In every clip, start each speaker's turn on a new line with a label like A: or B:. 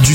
A: Du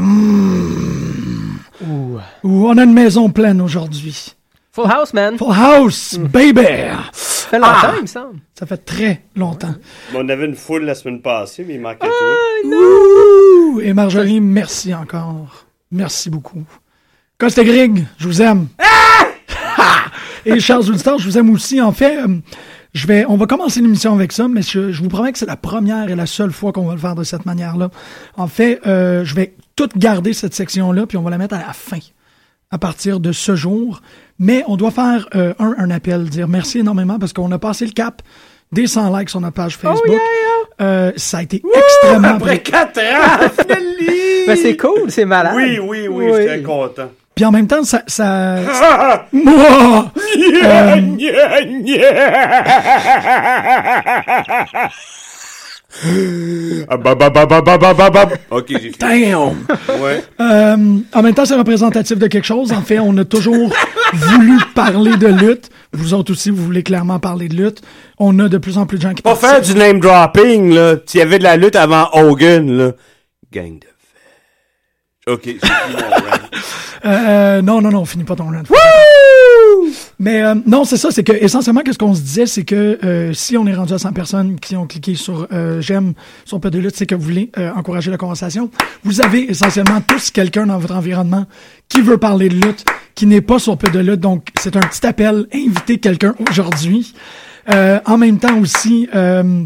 B: Mm. Ouh, on a une maison pleine aujourd'hui.
C: Full House, man.
B: Full House, baby!
C: Ça fait longtemps,
B: Ah!
C: il me semble.
B: Ça fait très longtemps.
D: Mais on avait une foule la semaine passée, mais il manquait tout.
B: Ouh, Et Marjorie, merci encore. Merci beaucoup. Coste Grig, je vous aime. et Charles Auditeurs, je vous aime aussi. En fait, euh, je vais, on va commencer l'émission avec ça, mais je, je vous promets que c'est la première et la seule fois qu'on va le faire de cette manière-là. En fait, euh, je vais tout garder cette section-là, puis on va la mettre à la fin, à partir de ce jour. Mais on doit faire euh, un, un appel, dire merci énormément parce qu'on a passé le cap des 100 likes sur notre page Facebook. Euh, ça a été extrêmement
D: Après
B: vrai.
D: 4
B: Ah,
D: ans!
C: Ben, c'est cool, c'est malade.
D: Oui, oui, oui, j'étais content.
B: Puis en même temps, ça, ça,
D: Ah!
B: Moi!
D: Nya, nya, nya. Ah, ba, ba, ba, ba, ba, ba, ba, ba. Ok, j'ai fini.
B: Damn!
D: Ouais.
B: Euh, en même temps, c'est représentatif de quelque chose. En fait, on a toujours voulu parler de lutte. Vous autres aussi, vous voulez clairement parler de lutte. On a de plus en plus de gens qui
E: Pas faire du name dropping, là. S'il y avait de la lutte avant Hogan, là. Gang de f-
D: Ok, j'ai fini mon rant.
B: Euh, non, non, non, on finit pas ton rant. Mais euh, non, c'est ça, c'est que essentiellement, qu'est-ce qu'on se disait, c'est que euh, si on est rendu à 100 personnes qui ont cliqué sur euh, j'aime sur pas de lutte, c'est que vous voulez euh, encourager la conversation. Vous avez essentiellement tous quelqu'un dans votre environnement qui veut parler de lutte, qui n'est pas sur peu de lutte. Donc, c'est un petit appel, invitez quelqu'un aujourd'hui. Euh, en même temps aussi, euh,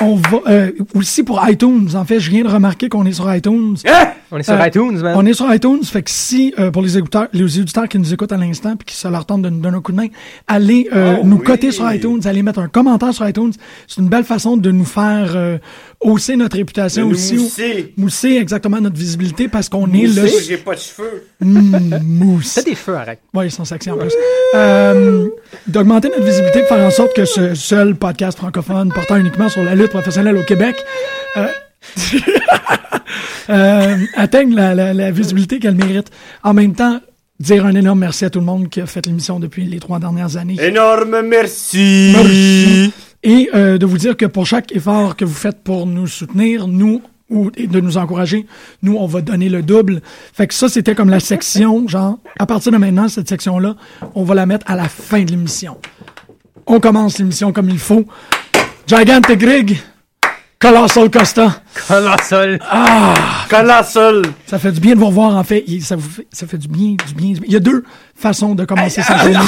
B: on va euh, aussi pour iTunes. En fait, je viens de remarquer qu'on est sur iTunes.
D: Hein?
C: On est sur
B: Euh,
C: iTunes, man.
B: On est sur iTunes, fait que si, euh, pour les écouteurs, les auditeurs qui nous écoutent à l'instant puis qui se leur tente de nous donner un coup de main, allez euh,
C: Oh,
B: nous coter sur iTunes, allez mettre un commentaire sur iTunes. C'est une belle façon de nous faire euh, hausser notre réputation
D: De nous
B: aussi. ou-
D: mousser.
B: mousser exactement notre visibilité parce qu'on est le
D: Moi, J'ai pas de cheveux.
B: mousse.
C: T'as des cheveux, arrête.
B: Ouais, ils sont sexy en plus. Euh, D'augmenter notre visibilité, de faire en sorte que ce seul podcast francophone portant uniquement sur la lutte professionnelle au Québec euh, euh, atteigne la, la- la visibilité qu'elle mérite. En même temps, dire un énorme merci à tout le monde qui a fait l'émission depuis les trois dernières années.
D: Énorme merci.
B: Merci. Et euh, de vous dire que pour chaque effort que vous faites pour nous soutenir, nous ou et de nous encourager, nous on va donner le double. Fait que ça c'était comme la section genre à partir de maintenant cette section là, on va la mettre à la fin de l'émission. On commence l'émission comme il faut. Gigante Grig, Colossal Costa.
D: Ah,
C: Colossal.
D: Colossal.
B: Ça fait du bien de vous revoir en fait, Il- ça vous fait, ça fait du bien, du bien, du bien. Il y a deux façons de commencer sa journée.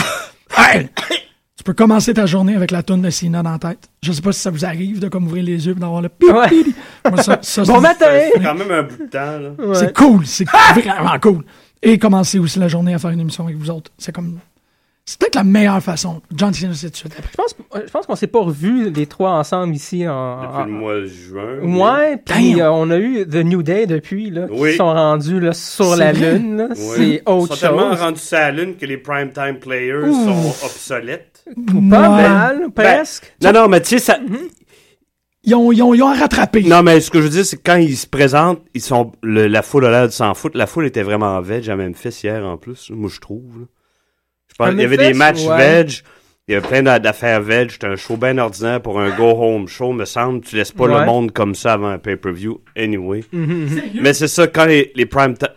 B: Hey! Tu Tu peux commencer ta journée avec la toune de Cena dans la tête. Je sais pas si ça vous arrive de comme ouvrir les yeux et d'avoir le pip,
C: Ouais.
B: pip. Moi, ça- ça,
C: Bon
B: c'est-
C: matin!
D: C'est quand même un bout de temps, là.
C: Ouais.
B: c'est cool, c'est vraiment cool. Et commencer aussi la journée à faire une émission avec vous autres. C'est comme. C'est peut-être la meilleure façon. John Cena, c'est tout de suite après.
C: Je pense, je pense qu'on s'est pas revus les trois ensemble ici en.
D: Depuis
C: en-
D: le mois de juin.
C: Ouais, puis
B: Damn.
C: euh, on a eu The New Day depuis, là,
D: Oui.
C: qui sont rendus là, sur
B: C'est
C: la
B: vrai.
C: Lune. là.
D: Oui.
C: C'est autre
D: Ils sont tellement
C: chose.
D: rendus sur la lune que les primetime players sont obsolètes.
C: Pas
B: Ouais.
D: Ben,
C: mal, presque.
E: Non, non, mais tu sais, ça.
B: Ils ont, ils ont, ils ont rattrapé.
E: Non, mais ce que je veux dire, c'est que quand ils se présentent, ils sont. le- la foule a l'air de s'en foutre. La foule était vraiment veg à Memphis hier, en plus, moi, je trouve. là. Je pense
C: À
E: qu'il y avait
C: Memphis,
E: des matchs
C: ouais.
E: veg. Il y avait plein d'a- d'affaires veg. C'était un show bien ordinaire pour un go-home show, me semble. Tu laisses pas
C: Ouais.
E: le monde comme ça avant un pay-per-view. Anyway.
C: Mhm, mhm.
E: Mais c'est ça, quand les, les prime time.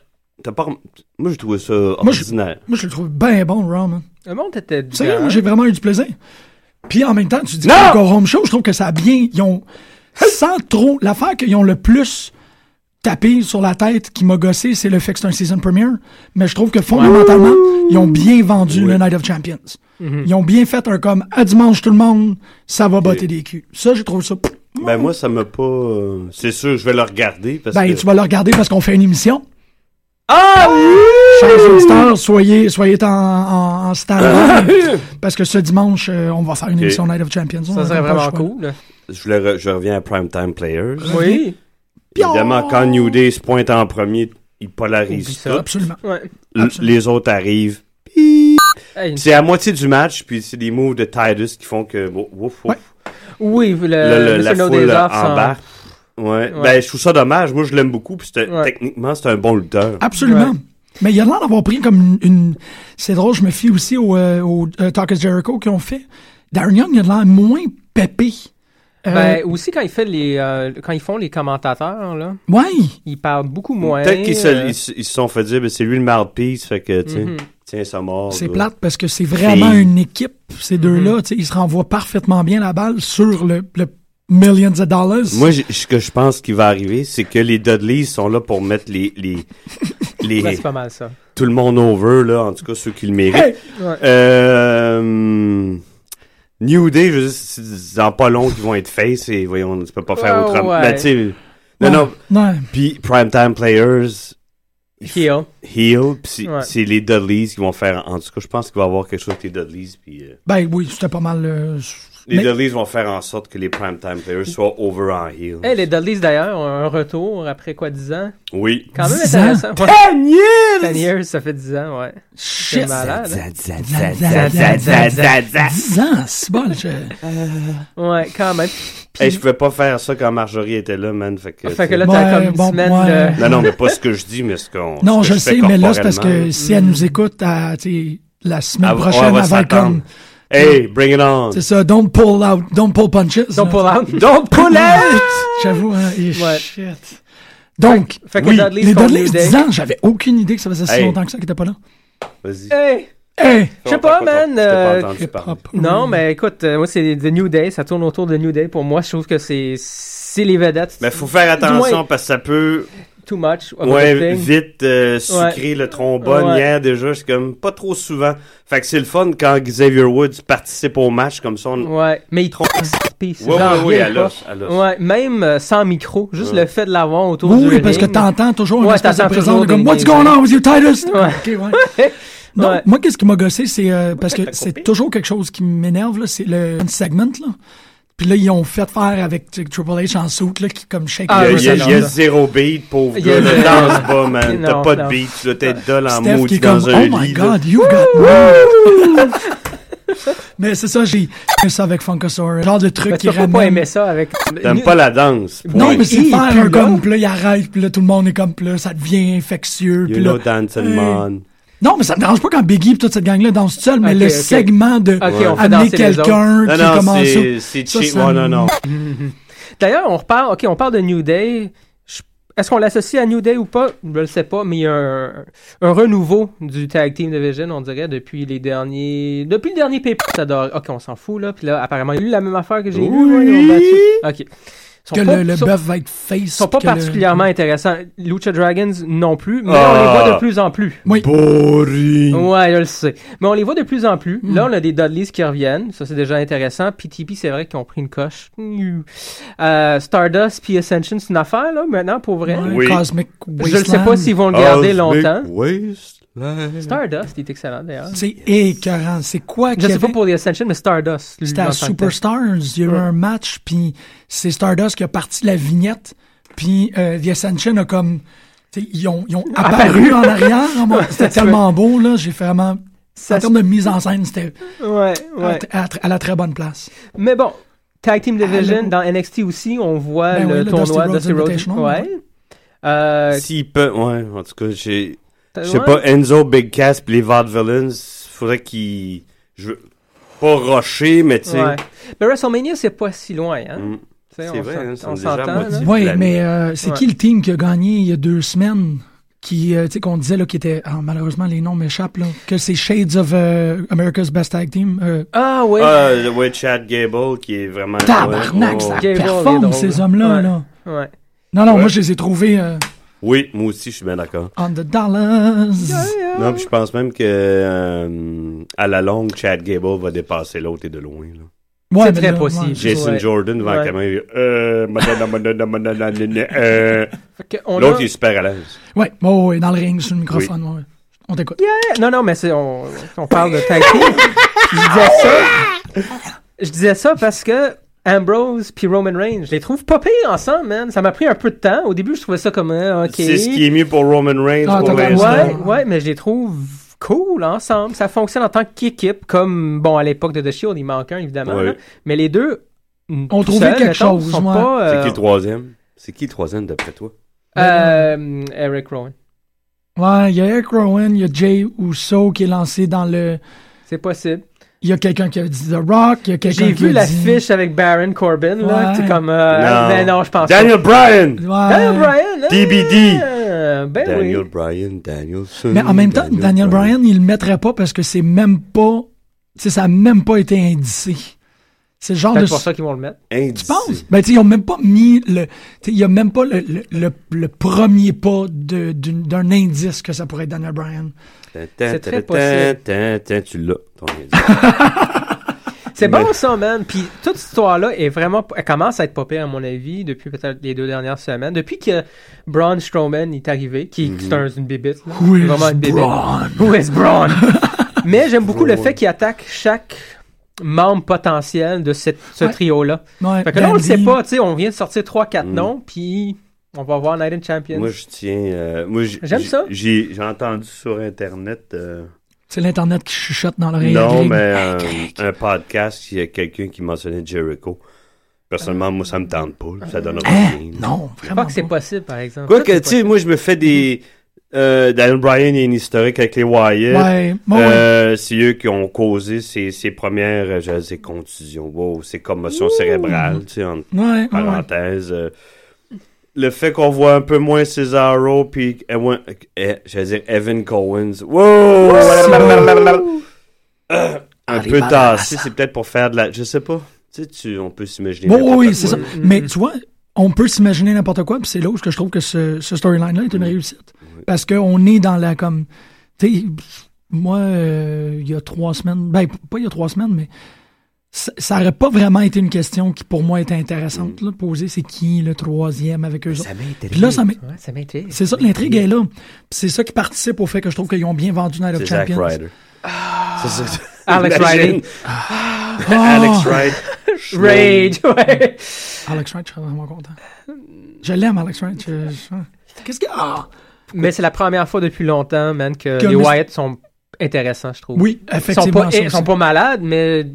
E: T'as pas. rem- Moi, j'ai trouvé ça
B: je-
E: ordinaire.
B: Moi, je le trouve bien bon, Raw, man.
C: Le monde était
B: Sérieux,
C: dedans.
B: moi, j'ai vraiment eu du plaisir. Puis en même temps, tu dis
E: Non!
B: que le Go Home Show, je trouve que ça a bien. Ils ont. Sans trop. L'affaire qu'ils ont le plus tapé sur la tête qui m'a gossé, c'est le fait que c'est un season premiere. Mais je trouve que fondamentalement, ils ont bien vendu le Night of Champions. Ils ont bien fait un comme à dimanche tout le monde, ça va botter des culs. Ça, je trouve ça. pff,
E: Ben, moi, ça m'a pas. euh, C'est sûr, je vais le regarder. Parce
B: Ben,
E: que...
B: tu vas le regarder parce qu'on fait une émission.
C: Ah oui!
B: Chers auditeurs, soyez, soyez en, en, en stand-by. parce que ce dimanche, euh, on va faire une émission Night of Champions. On
C: Ça
B: n'a
C: serait
B: pas le
C: vraiment
B: choix.
C: cool.
E: je, le re- je reviens à Primetime Players.
C: Oui.
E: Évidemment, quand New Day se pointe en premier, ils
C: Oublie
E: polarisent
C: ça.
E: tout.
B: Absolument.
C: Ouais.
E: L- Les autres arrivent.
C: Hey,
E: C'est à moitié du match, puis c'est des moves de Titus qui font que bon, ouf, ouf,
B: Ouais.
C: oui, le,
E: le-
C: le
E: le- la
C: Seigneur
E: foule
C: des Arts, ça-
E: embarque. Ouais.
C: Ouais.
E: Ben, je trouve ça dommage. Moi, je l'aime beaucoup, puis c'est un-
C: Ouais.
E: techniquement, c'est un bon lutteur.
B: Absolument.
C: Ouais.
B: Mais il y a l'air d'avoir pris comme une. une- C'est drôle, je me fie aussi au, euh, au euh, Talk is Jericho qu'ils ont fait. Darren Young, il a de l'air moins pépé. Euh,
C: Ben, aussi, quand ils, fait les, euh, quand ils font les commentateurs, là,
B: ouais.
C: ils parlent beaucoup moins.
E: Peut-être qu'ils se,
C: euh,
E: ils, se- ils se sont fait dire, ben, c'est lui le mouthpiece, fait que, tiens, tiens, ça mord.
B: C'est
E: là.
B: plate parce que c'est vraiment
E: Fille.
B: une équipe, ces
C: Mm-hmm.
B: deux-là. tu sais, Ils se renvoient parfaitement bien la balle sur le, le millions of dollars.
E: Moi, j'ai- ce que je pense qui va arriver, c'est que les Dudleys sont là pour mettre les, les, les,
C: ben, c'est pas mal ça.
E: tout le monde over, là, en tout cas ceux qui le méritent.
B: Hey!
C: Ouais.
E: Euh, hum, New Day, je veux dire, c'est dans pas long qu'ils vont être face et voyons, tu peux pas faire
C: Ouais,
E: autrement.
C: ouais.
E: Ben, tu sais,
B: Ouais.
E: non, non,
B: Non.
E: puis Primetime Players,
C: Heel.
E: Heel, puis c'est-
C: Ouais.
E: c'est les Dudleys qui vont faire, en tout cas, je pense qu'il va y avoir quelque chose avec les Dudleys, puis euh,
B: Ben oui, c'était pas mal. euh,
E: les
B: mais-
E: Dudleys vont faire en sorte que les Primetime Players soient over en Heel.
C: Hey, les Dudleys, d'ailleurs, ont un retour après quoi, 10 ans?
E: Oui.
C: Quand même
B: 10 ans?
C: intéressant. Ouais.
E: 10
C: 10 years, ça fait 10 ans, ouais. C'est
B: Shit!
C: malade. hein?
B: Dix ans, c'est bon. je-
C: Ouais, quand même.
E: Hey, je pouvais pas faire ça quand Marjorie était là, man, fait que...
C: Fait que là, t'as
B: Ouais,
C: comme une
B: bon,
C: semaine
B: ouais.
C: de...
E: Non, non, mais pas ce que je dis, mais ce qu'on.
B: Non,
E: ce
B: je
E: que
B: le
E: fais
B: sais, mais là, c'est parce que
E: corporellement.
B: si elle nous écoute à, tu sais, la semaine
E: Ah, ouais,
B: prochaine,
E: on va
B: elle va être
E: s'attendre.
B: comme.
E: Hey, bring it on!
B: C'est ça, don't pull out, don't pull punches.
C: Don't pull out.
E: Don't pull
B: out! J'avoue, hein, et
C: Ouais.
B: shit. Donc,
C: Fait que
E: Oui,
C: les Dudleys
B: les
C: contre
B: Dudley,
C: New Day.
B: 10 ans, j'avais aucune idée que ça faisait si
E: Hey.
B: longtemps que ça qu'il était pas là.
E: Vas-y.
B: Euh,
C: Hey!
B: Hey!
C: Je sais pas, man,
E: Je t'ai pas
C: euh,
E: entendu parler.
B: Hip-hop.
C: Non, mais écoute, euh, moi, c'est The New Day. Ça tourne autour de New Day. Pour moi, je trouve que c'est c'est les vedettes.
E: Mais faut faire attention
C: Ouais.
E: parce que ça peut
C: Too much. of a
E: ouais,
C: good thing.
E: vite euh, sucrer le trombone
C: Ouais.
E: hier déjà, c'est comme pas trop souvent. Fait que c'est le fun quand Xavier Woods participe au match comme ça. On... Ouais,
C: Ouais. Mais ils trompent. Pis c'est
E: ouais, ouais,
C: genre rien,
E: à
C: pas.
E: l'os, à l'os.
C: Ouais, même euh, sans micro, juste le fait de l'avoir autour
B: Oui,
C: du
B: oui, parce que
C: ring.
B: t'entends toujours une
C: Ouais,
B: espèce de
C: t'entends
B: présence de
C: toujours
B: comme
C: des-
B: What's going on with you, Titus?
C: Ouais.
B: Ok, ouais. Non,
C: Ouais.
B: moi, qu'est-ce qui m'a gossé, c'est euh, parce que c'est toujours quelque chose qui m'énerve, là, c'est le segment, là. Puis là, ils ont fait faire avec tu sais, Triple H en soute, là, qui comme shake.
C: Ah,
E: Il y a,
C: ouais,
E: il y a-
C: ça,
E: il y a
C: non.
E: zéro beat, pauvre
C: Il y a
E: gars. Ne
C: zéro-
E: danse pas, man.
C: Non,
E: T'as pas
C: non.
E: de beat, là. T'es dol en
B: Steph qui
E: maudit
B: est comme
E: dans un
B: Oh my
E: lit. là.
B: God, you got me. Mais c'est ça, j'ai fait ça avec Funkasaur. Genre de truc
C: Mais
B: qui
C: tu peux pas
B: ramène.
C: aimer ça avec.
E: T'aimes pas la danse.
B: Non,
E: point.
B: mais c'est
C: Il est
B: faire
C: plus
B: un
C: là.
B: comme, puis là, il arrête, puis là, tout le monde est comme, puis là, ça devient infectieux,
E: You
B: puis là. Euh,
E: know dancing
B: Hey.
E: man.
B: Non, mais ça me dérange pas quand Biggie et toute cette gang-là danse toute seule, mais
C: Ok,
B: le
C: ok.
B: segment de
C: Ok, on fait
B: amener
C: danser les
B: quelqu'un
E: Non,
B: qui
E: non,
B: commence ça.
E: c'est c'est
B: Ça,
E: cheap.
B: ça
E: Ouais, non,
B: me-
E: non.
C: D'ailleurs, on repart. Ok, on parle de New Day. Je- Est-ce qu'on l'associe à New Day ou pas Je le sais pas, mais il y a un, un renouveau du tag team division, on dirait depuis les derniers, depuis le dernier paper. Ok, on s'en fout là. Puis là, apparemment, il y a eu la même affaire que j'ai eue. ouais, ils ont battu. Ok. sont
B: que
C: pas-
B: le, le
C: sont-
B: bœuf va être face.
C: sont pas
B: que le-
C: particulièrement intéressants. Lucha Dragons non plus, mais
E: Ah.
C: on les voit de plus en plus.
B: Oui.
E: Boring.
C: Ouais, je le sais. Mais on les voit de plus en
B: Mm.
C: plus. Là, on a des Dudleys qui reviennent. Ça, c'est déjà intéressant. PTP, c'est vrai qu'ils ont pris une coche. Euh, Stardust puis Ascension, c'est une affaire, là, maintenant, pour vrai.
B: Ouais,
E: Oui.
B: Cosmic
C: Je ne sais pas
B: Wasteland.
C: s'ils vont le
E: Oh,
C: garder longtemps.
E: Wasteland.
C: Stardust est excellent, d'ailleurs.
B: C'est écœurant. C'est quoi
C: Je
B: qu'il y
C: sais pas
B: avait?
C: pour les Ascension, mais Stardust. lui,
B: C'était
C: en
B: à
C: tant que tel.
B: Superstars. Il y a eu
C: Ouais.
B: un match, puis c'est Stardust qui a parti la vignette, puis euh, The Ascension a comme. tu sais, Ils ont, ils ont apparu en arrière. en mode- C'était tellement beau, là. J'ai vraiment.
C: Ça
B: en termes de mise en scène, c'était
C: Ouais,
B: à-
C: ouais.
B: à, à la très bonne place.
C: Mais bon, Tag Team Division,
B: Ah, le-
C: dans NXT aussi, on voit
B: Ben
C: le
B: oui, le
C: tournoi
B: Dusty
C: Dusty
B: Rhodes
C: Rhodes.
B: Invitational,
C: Ouais. Euh,
E: S'ils peuvent. Ouais, en tout cas, j'ai.
C: t'as-
E: Je sais
C: ouais.
E: pas, Enzo, Big Cass pis les Vaudevillains, faudrait qu'ils. Je veux. Pas rusher, mais tu sais.
C: Ouais. Mais WrestleMania, c'est pas si loin, hein?
E: Mm.
C: Tu sais,
E: C'est
C: on
E: vrai,
C: s'en-
E: hein,
C: on
E: sont déjà à
C: s'entend.
E: moitié.
C: là.
E: Ouais.
B: Oui,
E: la-
B: mais euh, c'est
C: Ouais.
B: qui le team qui a gagné il y a deux semaines? Qui, euh, tu sais, qu'on disait, là, qui était. ah, malheureusement, les noms m'échappent, là. Que c'est Shades of euh, America's Best Tag Team. euh,
C: Ah oui.
E: Ah, le ouais, Chad Gable qui est vraiment. Oh,
B: tabarnak,
E: Ouais,
B: ça
E: ouais, ouais.
C: Gable est
B: performe,
C: drôle.
B: ces hommes-là,
C: Ouais.
B: là.
C: Ouais.
B: Non, non,
E: Ouais.
B: moi, je les ai trouvés euh,
E: Oui, moi aussi, je suis bien d'accord.
B: on the dollars.
E: Non, puis je pense même que. euh, à la longue, Chad Gable va dépasser l'autre et de loin, là.
B: Ouais, mais
C: C'est très
B: là,
C: possible.
B: ouais.
E: Jason
C: Ouais.
E: Jordan va
C: Ouais.
E: quand même. Euh, madonna, madonna, madonna, nana, euh,
C: Fait que on
E: L'autre,
C: a-
E: il est super à l'aise.
B: Ouais, bon, ouais, dans le ring, sur le microphone. ouais, ouais. On t'écoute.
C: Yeah! Non, non, mais c'est, on, on parle de tag team. je disais ça. Je disais ça parce que Ambrose puis Roman Reigns, je les trouve pas pires ensemble, man. Ça m'a pris un peu de temps. Au début, je trouvais ça comme, euh, ok.
E: C'est ce qui est mieux pour Roman Reigns
B: Ah,
E: pour
B: t'as
E: l'instant.
C: Ouais,
B: Ouais.
C: ouais, mais je les trouve cool ensemble. Ça fonctionne en tant qu'équipe, comme, bon, à l'époque de The Shield, il manque un, évidemment.
E: Ouais.
C: là. Mais les deux, mm,
B: On
C: tout
B: trouvait
C: seuls,
B: quelque
C: mettons,
B: chose,
C: sont
B: ouais.
C: pas,
E: C'est
C: euh,
E: qui le troisième? C'est qui le troisième d'après toi?
C: euh, Eric Rowan.
B: Ouais, il y a Eric Rowan, il y a Jay Uso qui est lancé dans le.
C: C'est possible.
B: Il y a quelqu'un qui a dit The Rock, il y a quelqu'un qui
C: J'ai vu
B: a dit-
C: l'affiche avec Baron Corbin, là.
B: Ouais.
C: que C'est comme, euh, mais non, je pense
E: Daniel Bryan!
B: Ouais.
C: pas. Daniel Bryan! hein?
E: TBD.
C: Ben
E: Daniel
C: oui.
E: Bryan, Danielson.
B: Mais en même temps, Daniel Bryan, il le mettrait pas parce que c'est même pas. Tu sais, ça a même pas été indicé. C'est le genre
C: C'est
B: de.
C: pour ça qu'ils vont le mettre.
E: Indicé.
B: Tu penses? Ben, tu sais, ils ont même pas mis le. Tu sais, il y a même pas le, le, le, le premier pas de- d'une- d'un indice que ça pourrait être Daniel Bryan.
E: C'est
C: très possible.
E: Tu l'as, ton indice.
C: C'est
E: Mais-
C: bon ça, man. Puis toute cette histoire-là est vraiment, elle commence à être pas pire, à mon avis, depuis peut-être les deux dernières semaines. Depuis que Braun Strowman est arrivé, qui c'est un- une bébite, là.
B: Who is
C: vraiment une bébite.
B: Braun?
C: Who is Braun? Mais j'aime beaucoup le fait qu'il attaque chaque membre potentiel de cette, ce
B: Ouais.
C: trio-là.
B: Ouais,
C: Fait que là, on le sait
B: Dandy.
C: pas, tu sais, on vient de sortir 3-4 noms, puis on va voir Night in Champions.
E: Mm. Moi, je tiens. euh, moi, j'ai-
C: J'aime
E: j'ai-
C: ça.
E: J'ai j'ai entendu sur Internet. euh,
B: C'est l'Internet qui chuchote dans l'oreille. à
E: non,
B: Greg.
E: mais euh, un podcast, il y a quelqu'un qui mentionnait Jericho. Personnellement, moi, ça me tente pas. là, Ça donne
B: Hein?
E: rien.
B: Non,
C: Je
B: vraiment.
C: crois que c'est possible, par exemple.
E: Quoique,
C: Ça, c'est
E: tu sais, moi, je me fais des. Euh, Daniel Bryan, il y a une historique avec les Wyatt.
B: Ouais, moi, ouais.
E: Euh, c'est eux qui ont causé ces, ces premières euh, je sais, contusions, wow, ces commotions cérébrales, tu sais, en
C: Euh,
B: Ouais, ouais, ouais.
E: parenthèse. euh, le fait qu'on voit un peu moins Cesaro, puis Ewan- euh, j'allais dire Evan Cowens, wow, blablabla. Euh, un peu tassé, c'est peut-être pour faire de la, je sais pas, tu sais, tu- on peut s'imaginer.
B: Bon,
E: n'importe
B: oui,
E: quoi.
B: c'est ça. Mais tu vois, on peut s'imaginer n'importe quoi, puis c'est là où je trouve que ce, ce storyline-là est une réussite. Parce qu'on est dans la comme. Tu sais, moi, euh, il y a trois semaines, ben, pas il y a trois semaines, mais ça, ça aurait pas vraiment été une question qui pour moi était intéressante, là, de poser c'est qui le troisième avec eux autres. Puis là, ça m'est-
C: pas- Ouais, ça m'intrigue.
B: C'est ça, l'intrigue est là. Puis C'est ça qui participe au fait que je trouve qu'ils ont bien vendu Night of
E: C'est Zack
B: Champions.
E: Ryder. Ça, c'est-
C: Alex
E: Imagine.
C: Riley.
E: Alex
B: Ah.
E: Ryder.
C: Rage, ouais.
B: Alex Wright, je suis vraiment content. Je l'aime, Alex Wright. je- je- Qu'est-ce que. Ah!
C: Mais c'est la première fois depuis longtemps, man, que,
B: Que
C: les
B: Mr.
C: Wyatt sont intéressants, je trouve.
B: Oui,
C: ils sont
B: effectivement.
C: pas,
B: ça
C: ils sont
B: aussi.
C: pas malades, mais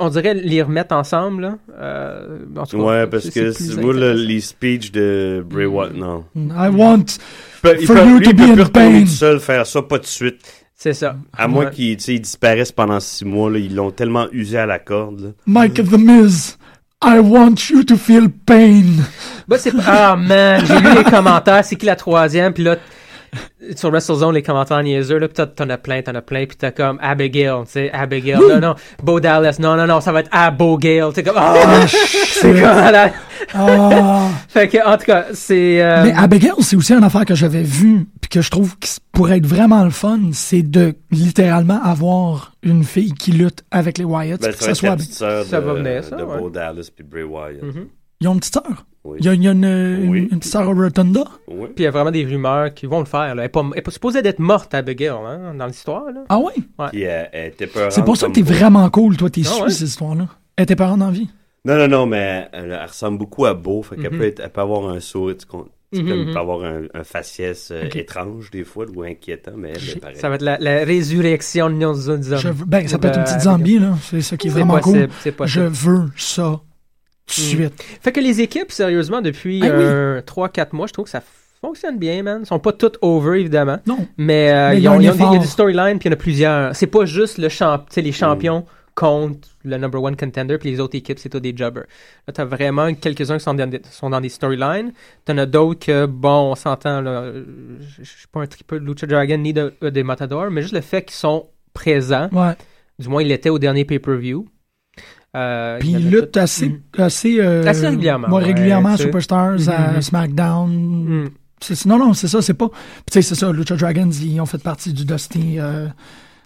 C: on dirait les remettre ensemble. Là. Euh, en tout cas,
E: Ouais, parce que
C: plus
E: c'est moi, le-
C: intéressant.
E: les speeches de Bray Wyatt, non.
B: I want.
E: Il peut, il
B: Mm. For
E: peut-
B: you
E: lui,
B: to
E: il
B: be
E: peut
B: in
E: plus retourner
B: pain.
E: tout seul faire ça, pas de suite.
C: C'est ça.
E: À moins qu'ils tu sais, ils disparaissent pendant six mois, là, ils l'ont tellement usé à la corde. là.
B: Mike the Miz. I want you to feel pain.
C: Bah, c'est pas- Ah, man, j'ai lu les commentaires. C'est qui la troisième? Puis là, t- sur WrestleZone, les commentaires niaiseux, là, pis t'as- t'en as plein, t'en as plein, pis t'as comme Abigail, tu sais, Abigail, non, non, Bo Dallas, non, non, non, ça va être Abogail, tu sais, comme, ah,
B: Ah, shit.
C: c'est comme, à la-
B: Ah.
C: Fait que, en tout cas, c'est. euh,
B: Mais Abigail, c'est aussi une affaire que j'avais vue puis que je trouve qui s- pourrait être vraiment le fun, c'est de littéralement avoir une fille qui lutte avec les Wyatt,
E: Ben,
B: puis que
E: ça va
B: ça
E: être la
B: soit.
E: petite sœur
C: Ça
E: de,
C: va venir, ça,
E: de
C: ouais.
E: Bo Dallas puis Bray Wyatt.
B: Ils ont une petite sœur.
E: Oui.
B: Il y a, il y a une, une-
E: Oui.
B: une petite sœur rotunda.
E: Oui.
C: Puis il y a vraiment des rumeurs qui vont le faire. Là. Elle est pas, elle est pas supposée d'être morte, Abigail, hein, dans l'histoire. là.
B: Ah ouais?
E: Puis elle, elle était peurante
B: C'est pour ça que t'es
E: comme-
B: vraiment cool, toi, t'es
C: Ah
B: su
C: ouais?
B: ces histoires-là. Et tes parents en vie.
E: Non, non, non, mais elle, elle ressemble beaucoup à Beau. Fait qu'elle
B: Mm-hmm.
E: peut, être- elle peut avoir un sourire, tu con- tu sais,
C: Mhm,
E: comme
C: mhm.
E: peut avoir un, un faciès euh, étrange des fois ou inquiétant, mais elle est pareille.
C: Ça va être la, la résurrection de Nion Zombie.
B: Je veux- ben, ça peut être une
C: Euh,
B: petite zombie, là. C'est ça qui est
C: C'est
B: vraiment
C: possible,
B: cool.
C: c'est
B: Je
C: possible. Mm.
B: veux ça tout de suite.
C: Fait que les équipes, sérieusement, depuis
B: Ah oui.
C: euh, 3-4 mois, je trouve que ça fonctionne bien, man. Ils sont pas toutes over, évidemment.
B: Non.
C: Mais, euh,
B: Mais il
C: ils
B: y a un
C: ont, ils ont des- il y a
B: effort.
C: du storyline, puis il y en a plusieurs. C'est pas juste le champ, tu sais, les champions contre le number one contender, puis les autres équipes, c'est tout des jobbers. Là, t'as vraiment quelques-uns qui sont dans des, sont dans des storylines. T'en as d'autres que, bon, on s'entend, là, euh, je je suis pas un tripeux de Lucha Dragon ni de, euh, des Matadors, mais juste le fait qu'ils sont présents,
B: Ouais.
C: du moins, ils l'étaient au dernier pay-per-view. Euh,
B: Puis
C: il y en
B: il
C: a
B: lutte
C: tout-
B: assez,
C: Mm.
B: assez, euh,
C: Assez régulièrement,
B: Moi,
C: ouais,
B: régulièrement, à
C: tu sais.
B: Superstars,
C: Mhm.
B: à SmackDown.
C: Mm.
B: C'est- Non, non, c'est ça, c'est pas. Puis tu sais, c'est ça, Lucha Dragons, ils ont fait partie du Dusty, euh,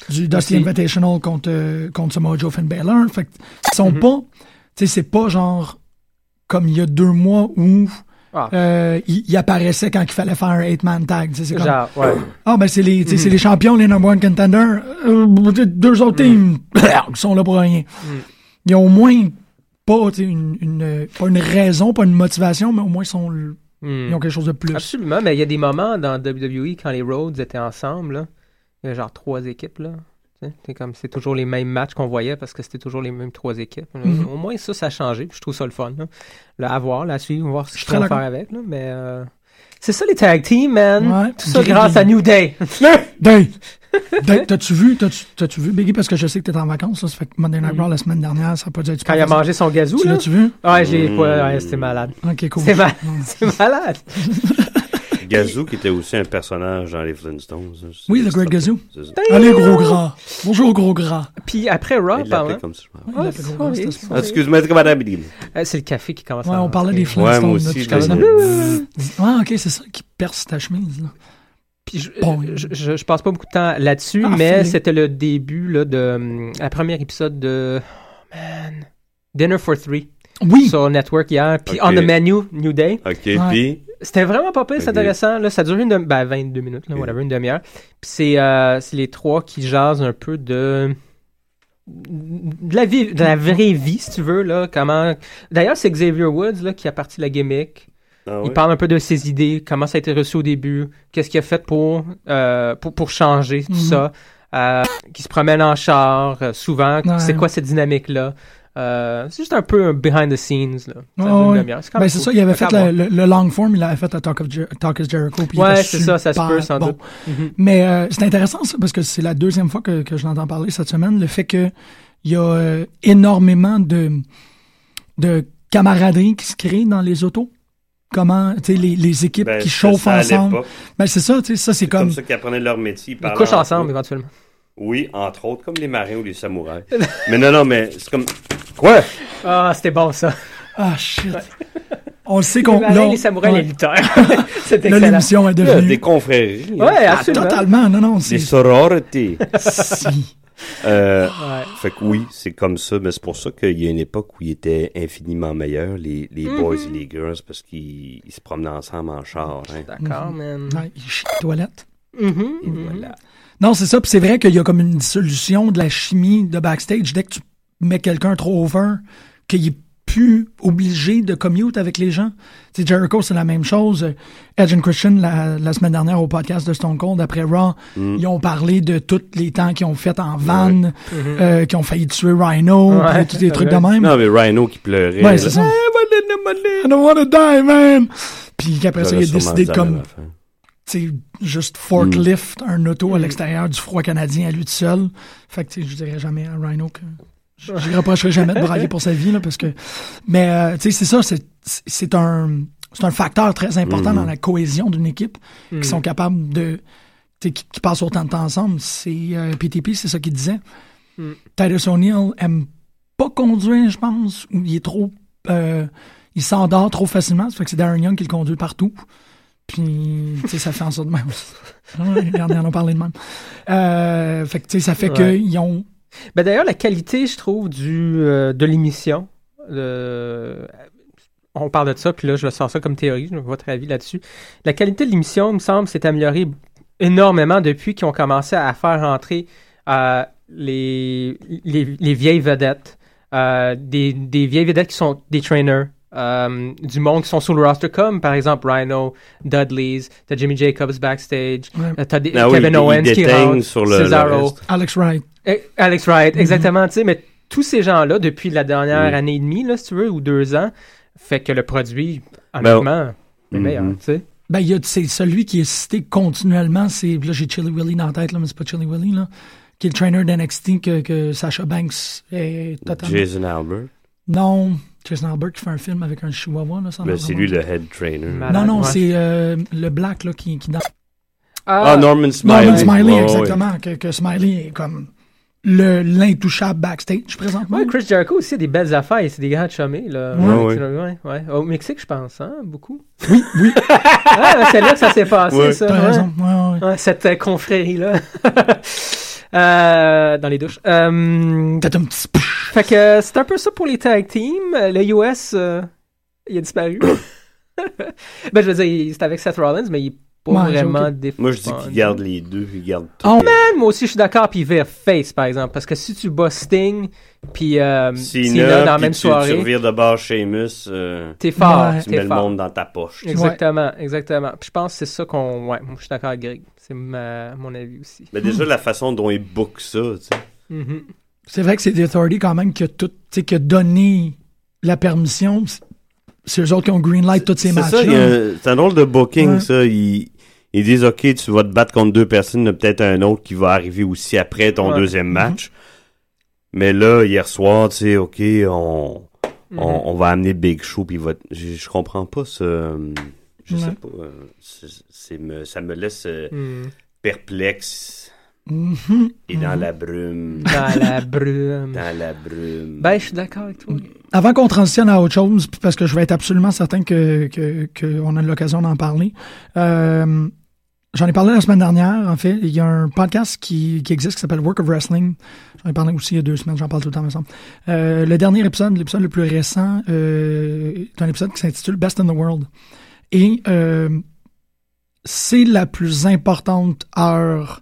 B: du Dusty
C: Dusty.
B: Invitational contre, euh, contre Samoa Joe Finn Balor. Fait que, ils sont
C: Mhm.
B: pas. Tu sais, c'est pas genre comme il y a deux mois où
C: Ah.
B: euh, ils ils apparaissaient quand il fallait faire un eight-man tag. Tu sais, c'est comme.
C: Genre, ouais.
B: Ah, ben, c'est les, tu sais,
C: Mm.
B: c'est les champions, les number one contenders. Euh, deux autres teams qui sont là pour rien.
C: Mm.
B: Ils ont au moins pas, tu sais, une, une, euh, pas une raison, pas une motivation, mais au moins ils, sont, le-
C: Mm.
B: ils ont quelque chose de plus.
C: Absolument, mais il y a des moments dans WWE quand les Rhodes étaient ensemble, là, il y a genre trois équipes là. Tu sais, C'est comme c'est toujours les mêmes matchs qu'on voyait parce que c'était toujours les mêmes trois équipes.
B: Mm-hmm.
C: Au moins ça, ça a changé. puis Je trouve ça le fun. Là. Là, à voir, là, à suivre, voir ce
B: Je suis
C: qu'ils vont
B: très
C: faire avec. Là, mais euh, c'est ça les tag teams, man.
B: Ouais.
C: Tout ça
B: Gris-
C: grâce à New Day.
B: Dave! Dave, t'as-tu vu, t'as-tu, t'as-tu vu, Biggie, parce que je sais que t'es en vacances, là, ça fait que Monday Night Raw la semaine dernière, ça a pas dû être
C: Mm. quand il a
B: super
C: mangé son gazou,
B: facile. Tu
C: là.
B: l'as-tu vu?
C: Ouais, je l'ai pas. Ouais, c'était malade.
B: Ok, cool.
C: C'est mal- c'est malade.
E: Gazoo, qui était aussi un personnage dans les Flintstones. hein, c'est-
B: Oui, le Great Gazoo.
E: c'est- c'est-
B: Allez, gros gras! Bonjour, gros gras!
C: Puis après hein, Raw,
E: Il
C: pardon.
E: l'appelait comme ça. je me
C: Oh,
E: rappelle.
B: Il l'appelait gros gras, c'était super.
E: Ah, Excuse-moi, c'est comme madame Bill.
C: Euh, C'est le café qui commence
B: Ouais,
C: à
B: on parlait
C: rentrer.
B: des
E: Ouais, moi
B: Flintstones, là,
E: aussi.
B: tu
E: je
B: connais.
E: l'ai-
B: Ouais, ok, c'est ça, qui perce ta chemise, là.
C: Puis je,
B: Bon.
C: Euh, je, je- je passe pas beaucoup de temps là-dessus,
B: Ah,
C: mais
B: fini.
C: c'était le début là, de hum, la première épisode de oh, man, Dinner for Three
B: Oui!
C: sur Network hier, puis
E: Ok.
C: On the Menu, New Day.
E: Ok,
B: Ouais.
E: puis
C: C'était vraiment pas pire, c'est
E: Ok.
C: intéressant. Là, ça dure une demi- ben, 22 minutes, là,
E: Ok.
C: whatever, une demi-heure. Puis c'est euh, c'est les trois qui jasent un peu de de la vie, de la vraie vie, si tu veux là. Comment D'ailleurs, c'est Xavier Woods là qui a parti la gimmick.
E: Ah
C: Il
E: ouais.
C: parle un peu de ses idées, comment ça a été reçu au début, qu'est-ce qu'il a fait pour, euh, pour, pour changer tout
B: Mhm.
C: ça, euh, qui se promène en char euh, souvent,
B: Ouais.
C: c'est quoi cette dynamique-là. Euh, c'est juste un peu un behind the scenes. Là. Ça dure
B: Ouais,
C: une
B: ouais.
C: demi-heure. quand
B: Ben,
C: même
B: c'est
C: cool.
B: ça, il avait
C: Fait
B: fait
C: qu'à
B: le, le- le long form, il avait fait à Talk, of Jer- Talk is Jericho. puis il
C: Ouais,
B: était
C: c'est ça, ça se
B: super
C: peut, sans
B: bon.
C: doute. Mhm.
B: Mais euh, c'est intéressant, ça, parce que c'est la deuxième fois que, que je l'entends parler cette semaine, le fait que il y a euh, énormément de, de camaraderie qui se crée dans les autos. Comment, tu sais, les, les équipes
E: Ben,
B: qui
E: c'est
B: chauffent
E: ça à
B: ensemble.
E: l'époque.
B: Ben, c'est ça, tu sais, ça, c'est
E: C'est comme
B: comme...
E: ça qu'ils apprenaient leur métier.
C: Ils
E: parlaient
C: couchent
E: entre
C: ensemble
E: eux.
C: éventuellement.
E: Oui, entre autres, comme les marins ou les samouraïs. mais non, non, mais c'est comme. Quoi?
C: Ah, c'était bon ça.
B: Ah, shit! On le sait qu'on...
C: Les,
B: là,
C: marins, les samouraïs,
B: ouais,
C: les lutteurs.
B: là,
C: c'est excellent.
B: l'émission est
E: Des
B: devenue...
E: confréries. hein.
C: Ouais,
B: Ah,
C: absolument.
B: totalement, non, non,
E: Des
B: c'est...
E: sororités.
B: si.
E: Euh,
C: Ouais.
E: Fait que oui, c'est comme ça, mais c'est pour ça qu'il y a une époque où ils étaient infiniment meilleurs, les, les
B: Mm-hmm.
E: boys et les girls, parce qu'ils ils se promenaient ensemble en char. hein.
C: D'accord, man.
B: Ouais, il chie de toilette.
C: Mhm,
E: Et
C: mhm.
E: voilà.
B: Non, c'est ça. Puis c'est vrai qu'il y a comme une dissolution de la chimie de backstage. Dès que tu mets quelqu'un trop over, qu'il est plus obligé de commute avec les gens. Tu sais, Jericho, c'est la même chose. Euh, Edge and Christian, la, la semaine dernière au podcast de Stone Cold, après Raw,
C: Mm.
B: ils ont parlé de tous les temps qu'ils ont fait en van, euh, qu'ils ont failli tuer Rhino,
C: Mm-hmm. Ouais,
B: puis tous
C: c'est
B: des trucs de
C: vrai.
B: même.
E: Non, mais Rhino qui pleurait.
B: Ouais,
E: là,
B: c'est ça.
E: ça
B: I don't wanna die, man! Puis qu'après ça,
E: aurait
B: il a
E: sûrement
B: décidé de
E: dit la
B: comme
E: même affaire.
B: tu sais, juste forklift un auto à l'extérieur du froid canadien à lui tout seul. Fait que, tu sais, je dirais jamais à Rhino que je je lui reprocherais jamais de brailler pour sa vie, là, parce que. Mais, euh, tu sais, c'est ça, c'est- c'est c'est un, c'est un facteur très important dans la cohésion d'une équipe qui sont capables de. tu sais, Qui, qui passent autant de temps ensemble. C'est euh, PTP, c'est ça qu'il disait. Titus O'Neill aime pas conduire, je pense, ou il est trop. euh, il s'endort trop facilement. Ça fait que c'est Darren Young qui le conduit partout. Puis, tu sais, ça fait en sorte de même. Ouais, Regarde, ils en ont parlé de même. Euh, fait que, tu sais, ça fait
C: Ouais.
B: qu'ils ont.
C: Ben d'ailleurs, la qualité, je trouve, du, euh, de l'émission, le- on parle de ça, puis là, je sors ça comme théorie, je veux votre avis là-dessus. La qualité de l'émission, il me semble, s'est améliorée énormément depuis qu'ils ont commencé à faire entrer euh, les, les, les vieilles vedettes, euh, des, des vieilles vedettes qui sont des trainers. euh, du monde qui sont sur le roster comme par exemple Rhino, Dudley's, t'as Jimmy Jacobs backstage,
B: Ouais.
C: euh, t'as des-
E: Ah oui,
C: Kevin
E: ils- ils
C: Owens qui
E: déteignent
C: rentre,
E: sur le- le
C: Cesaro.
E: reste.
B: Alex Wright.
C: Eh, Alex Wright, exactement, tu sais, mais tous ces gens-là, depuis la dernière année et demie, là, si tu veux, ou deux ans, fait que le produit, honnêtement,
B: Mm-hmm.
C: est meilleur,
E: Mhm.
C: tu sais.
B: Ben, il y a, c'est celui qui est cité continuellement, c'est, là, j'ai Chili Willy dans la tête, là, mais c'est pas Chili Willy, là, qui est le trainer d'NXT que, que Sasha Banks est totalement.
E: Jason Albert.
B: Non, Jason Albert qui fait un film avec un chihuahua, là, ça
E: Ben,
B: m'a
E: c'est
B: vraiment-
E: lui le head trainer.
C: Malade.
B: Non, non,
C: Ouais.
B: c'est euh, le black, là, qui, qui danse.
E: Ah, Norman Smiley.
B: Norman Smiley,
E: Ouais, ouais.
B: exactement, que, que Smiley est comme le, l'intouchable backstage, présentement.
C: Ouais, Chris Jericho aussi, a des belles affaires, c'est des grands chumés, là.
E: Ouais, ouais.
C: Tu vois, ouais, ouais. Au Mexique, je pense, hein, beaucoup. Oui, oui. ah, c'est là que ça s'est passé,
E: Ouais.
C: ça.
B: T'as
C: ouais.
B: raison, ouais, ouais.
C: Ouais, cette euh, confrérie-là. Euh, dans les douches. Euh,
B: T'as un petit psh.
C: Fait que euh, c'est un peu ça pour les tag teams. Euh, Le US, euh, il a disparu. ben, je veux dire, il- c'est avec Seth Rollins, mais il est pas
B: Ouais, j'ai
C: vraiment défendu. Ben,
E: Moi, je dis qu'il garde les deux. Il garde tout.
B: Oh,
C: Moi aussi, je suis d'accord, puis il vire face, par exemple. Parce que si tu bats Sting, puis euh, Cena
E: Sinon,
C: dans la
E: puis
C: même
E: tu, tu
C: soirée,
E: revires de bord Seamus, euh,
C: t'es fort.
B: Ouais.
E: tu
C: T'es
E: mets le
C: fort.
E: monde dans ta poche.
C: Exactement, exactement. Puis je pense que c'est ça qu'on. Ouais, moi, je suis d'accord avec Greg. C'est ma- mon avis aussi.
E: Mais déjà, la façon dont il book ça, tu sais.
B: Mm-hmm.
C: Mhm.
B: C'est vrai que c'est The Authority quand même qui a, tout, tu sais, qui a donné la permission. C'est- C'est eux autres qui ont greenlight tous ces
E: C'est ça, il y a
B: matchs-là.
E: un- c'est un drôle de booking,
B: Ouais.
E: ça. Ils, ils disent, OK, tu vas te battre contre deux personnes, il y en a peut-être un autre qui va arriver aussi après ton
C: Ouais.
B: Mhm.
E: deuxième match. Mais là, hier soir, tu sais, OK, on,
C: Mhm.
E: on, on va amener Big Show, puis il va... Je, je comprends pas ce... Je sais
B: Ouais.
E: pas. euh, c'est- c'est me- ça me laisse euh,
C: Mhm.
E: perplexe
B: Mhm.
E: et dans la brume.
C: Dans la brume.
E: dans la brume.
C: Ben, je suis d'accord avec toi.
B: Avant qu'on transitionne à autre chose, puis parce que je vais être absolument certain que que- qu'on a l'occasion d'en parler. euh, J'en ai parlé la semaine dernière, en fait. Il y a un podcast qui, qui existe qui s'appelle Work of Wrestling. J'en ai parlé aussi il y a deux semaines, j'en parle tout le temps, il me semble. Euh, le dernier épisode, l'épisode le plus récent, euh, est un épisode qui s'intitule Best in the World. Et euh, c'est la plus importante heure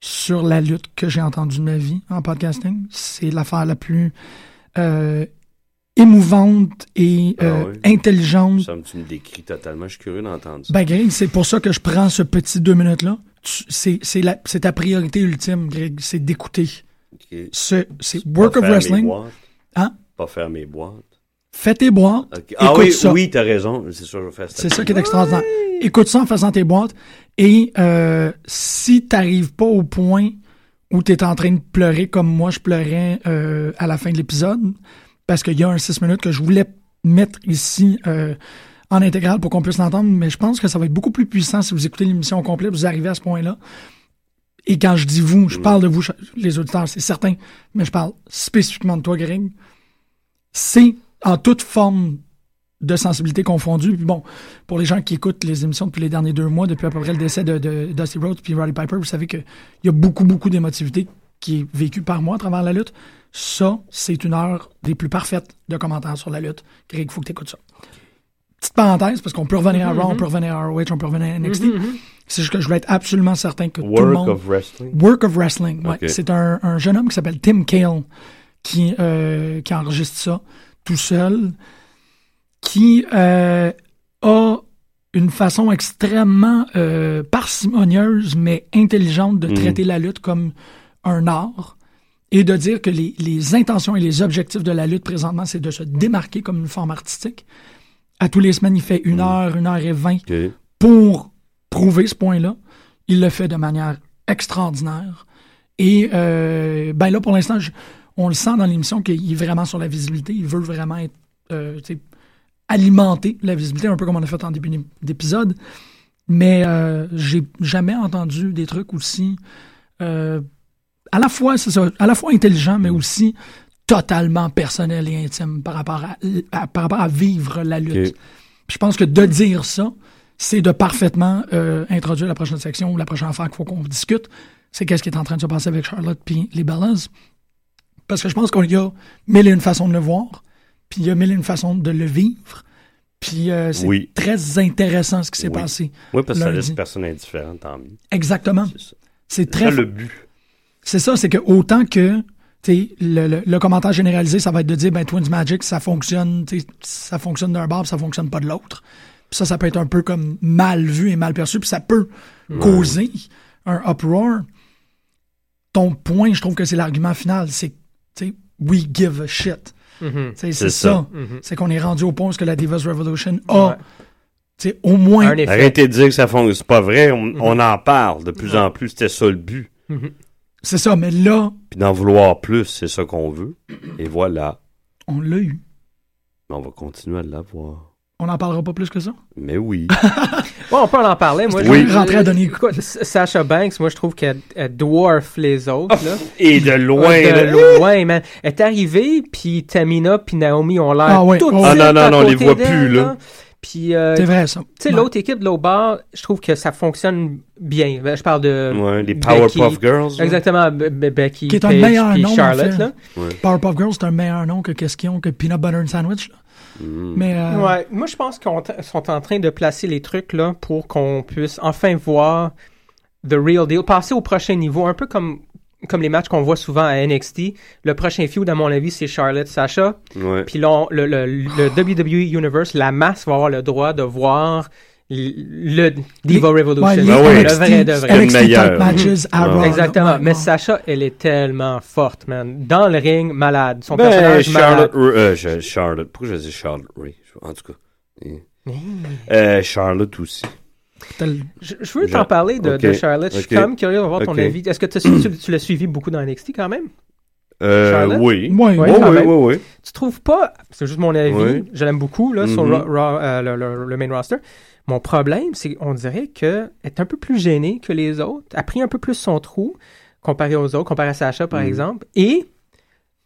B: sur la lutte que j'ai entendue de ma vie en podcasting. C'est l'affaire la plus euh, émouvante et
E: Ah
B: euh,
E: oui.
B: intelligente
E: Ça, tu me décris totalement. Je suis curieux d'entendre ça.
B: ben, Greg, c'est pour ça que je prends ce petit deux minutes-là. Tu- C'est c'est la- c'est ta priorité ultime, Greg, c'est d'écouter.
E: Ok.
B: Ce- C'est
E: Pas
B: Work of
E: faire mes
B: Wrestling.
E: boîtes.
B: Hein?
E: Pas faire mes boîtes.
B: Fais tes boîtes.
E: Ok. Ah
B: Écoute
E: oui,
B: ça.
E: oui, t'as raison. C'est sûr, je vais faire ça.
B: C'est ça qui est extraordinaire. Écoute ça en faisant tes boîtes. Et euh, si t'arrives pas au point où t'es en train de pleurer comme moi je pleurais euh, à la fin de l'épisode, parce qu'il y a un 6 minutes que je voulais mettre ici euh, en intégrale pour qu'on puisse l'entendre, mais je pense que ça va être beaucoup plus puissant si vous écoutez l'émission au complet, vous arrivez à ce point-là. Et quand je dis vous, je parle de vous, ch- les auditeurs, c'est certain, mais je parle spécifiquement de toi, Greg. C'est en toute forme de sensibilité confondue. Puis bon, pour les gens qui écoutent les émissions depuis les derniers deux mois, depuis à peu près le décès de, de Dusty Rhodes puis Roddy Piper, vous savez qu'il y a beaucoup, beaucoup d'émotivité qui est vécue par moi à travers la lutte. Ça, c'est une heure des plus parfaites de commentaires sur la lutte. Greg, il faut que tu écoutes ça. Petite parenthèse, parce qu'on peut revenir à Raw, on peut revenir à ROH, on peut revenir à NXT. C'est juste que je voulais être absolument certain que tout le
E: Work
B: monde...
E: of Wrestling.
B: Work of Wrestling. ouais.
E: Ok.
B: C'est un, un jeune homme qui s'appelle Tim Kale qui, euh, qui enregistre ça tout seul, qui euh, a une façon extrêmement euh, parcimonieuse mais intelligente de traiter la lutte comme un art et de dire que les, les intentions et les objectifs de la lutte présentement, c'est de se démarquer comme une forme artistique. À tous les semaines, il fait une heure, une heure et vingt
E: Ok.
B: pour prouver ce point-là. Il le fait de manière extraordinaire. Et euh, ben là, pour l'instant, je- on le sent dans l'émission qu'il est vraiment sur la visibilité. Il veut vraiment être, euh, tu sais, alimenter la visibilité, un peu comme on a fait en début d'ép- d'épisode. Mais euh, j'ai jamais entendu des trucs aussi euh, à la fois, c'est ça, à la fois intelligent, mais aussi totalement personnel et intime par rapport à, à- par rapport à vivre la lutte.
E: Ok.
B: Puis Je pense que de dire ça, c'est de parfaitement euh, introduire la prochaine section ou la prochaine affaire qu'il faut qu'on discute. C'est qu'est-ce qui est en train de se passer avec Charlotte puis les Bellas. Parce que je pense qu'on y a mille et une façons de le voir, puis il y a mille et une façons de le vivre. Puis euh, c'est
E: Oui.
B: très intéressant ce qui s'est
E: Oui.
B: passé.
E: Oui, parce que ça
B: Lundi.
E: laisse personne indifférent, tant mieux.
B: Exactement.
E: C'est ça.
B: C'est
E: C'est ça
B: très
E: le but.
B: c'est ça, c'est que autant que tu sais, le, le, le commentaire généralisé, ça va être de dire ben Twins Magic, ça fonctionne, tu sais, ça fonctionne d'un bar, puis ça fonctionne pas de l'autre. Puis ça, ça peut être un peu comme mal vu et mal perçu, puis ça peut causer un uproar. Ton point, je trouve que c'est l'argument final, c'est tu sais, we give a shit.
C: Mm-hmm.
B: Tu sais, C'est
E: C'est
B: ça.
E: ça.
B: C'est qu'on est rendu au point où ce que la Divas Revolution a
C: Ouais.
B: tu sais, au moins
C: Un effet.
E: Arrêtez de dire que ça fonctionne. C'est pas vrai. On,
B: Mm-hmm.
E: on en parle de plus en plus. C'était ça le but.
B: c'est ça, mais là,
E: Puis d'en vouloir plus, c'est ça qu'on veut. Et voilà.
B: on l'a eu.
E: Mais on va continuer à l'avoir.
B: On n'en parlera pas plus que ça.
C: Euh,
E: Mais oui.
C: Ouais, on peut en parler. Moi,
E: Oui.
C: je-
B: Rentrer à donner le coup.
C: Écoute, S- Sasha Banks, moi, je trouve qu'elle elle dwarf les autres. Là.
E: Et de loin.
C: de
E: là.
C: loin, man. Elle est arrivée, puis Tamina puis Naomi ont l'air
B: Ah ouais.
C: toutes
B: Ah
C: seules
E: non, non,
C: à
E: non, on les
C: côté
E: voit
C: d'elle,
E: plus, là.
C: Puis, euh,
B: C'est
C: tu
B: vrai, ça.
C: sais,
B: Ouais.
C: l'autre équipe de l'autre bord, je trouve que ça fonctionne bien. Ben, Je parle de...
E: Ouais, les
C: Becky.
E: Powerpuff Girls. là.
C: Exactement, Be- Be- Becky,
B: Qui est un
C: Paige,
B: meilleur
C: puis
B: nom, en
C: Charlotte,
B: fait.
C: là.
B: Powerpuff Girls, c'est un meilleur nom que qu'est-ce qu'ils ont que Peanut Butter and Sandwich. là.
E: Hmm.
B: Mais euh,
C: Ouais, moi je pense qu'on t- sont en train de placer les trucs là pour qu'on puisse enfin voir the real deal, passer au prochain niveau, un peu comme comme les matchs qu'on voit souvent à NXT. Le prochain feud, à mon avis, c'est Charlotte Sacha.
E: Ouais.
C: Puis là, on- le, le, le WWE Universe, la masse va avoir le droit de voir l- le Diva Revolution.
B: ouais, les
E: Ben oui.
C: Le
B: NXT,
C: vrai de vrai.
E: le
B: NXT type
E: meilleur.
B: matches à
E: Ouais.
B: Raw, là.
C: Exactement.
B: Ouais,
C: Mais
B: ouais.
C: Sacha, elle est tellement forte, man. Dans le ring, malade. Son
E: Ben,
C: personnage, malade.
E: Charlotte, Ray- euh, je- Charlotte. Pourquoi je dis Charlotte Ray? Je- En tout cas. Eh. Euh, Charlotte aussi.
B: Tel-
C: Je, je veux
E: Je-
C: t'en parler de,
E: Ok.
C: de Charlotte. Je suis
E: Ok.
C: quand même curieux de voir ton
E: Ok.
C: avis. Est-ce que t'as su- tu, tu l'as suivi beaucoup dans NXT quand même?
E: Euh,
C: Charlotte?
E: Oui.
B: Ouais,
E: oui,
B: ouais,
C: quand
E: oui,
C: même.
E: oui, oui.
C: Tu trouves pas... C'est juste mon avis.
E: Oui.
C: Je l'aime beaucoup là, sur
E: Mhm.
C: Raw- Raw, euh, le, le- le main roster. Mon problème, c'est qu'on dirait qu'elle est un peu plus gênée que les autres. Elle a pris un peu plus son trou comparé aux autres, comparé à Sacha par exemple. Et...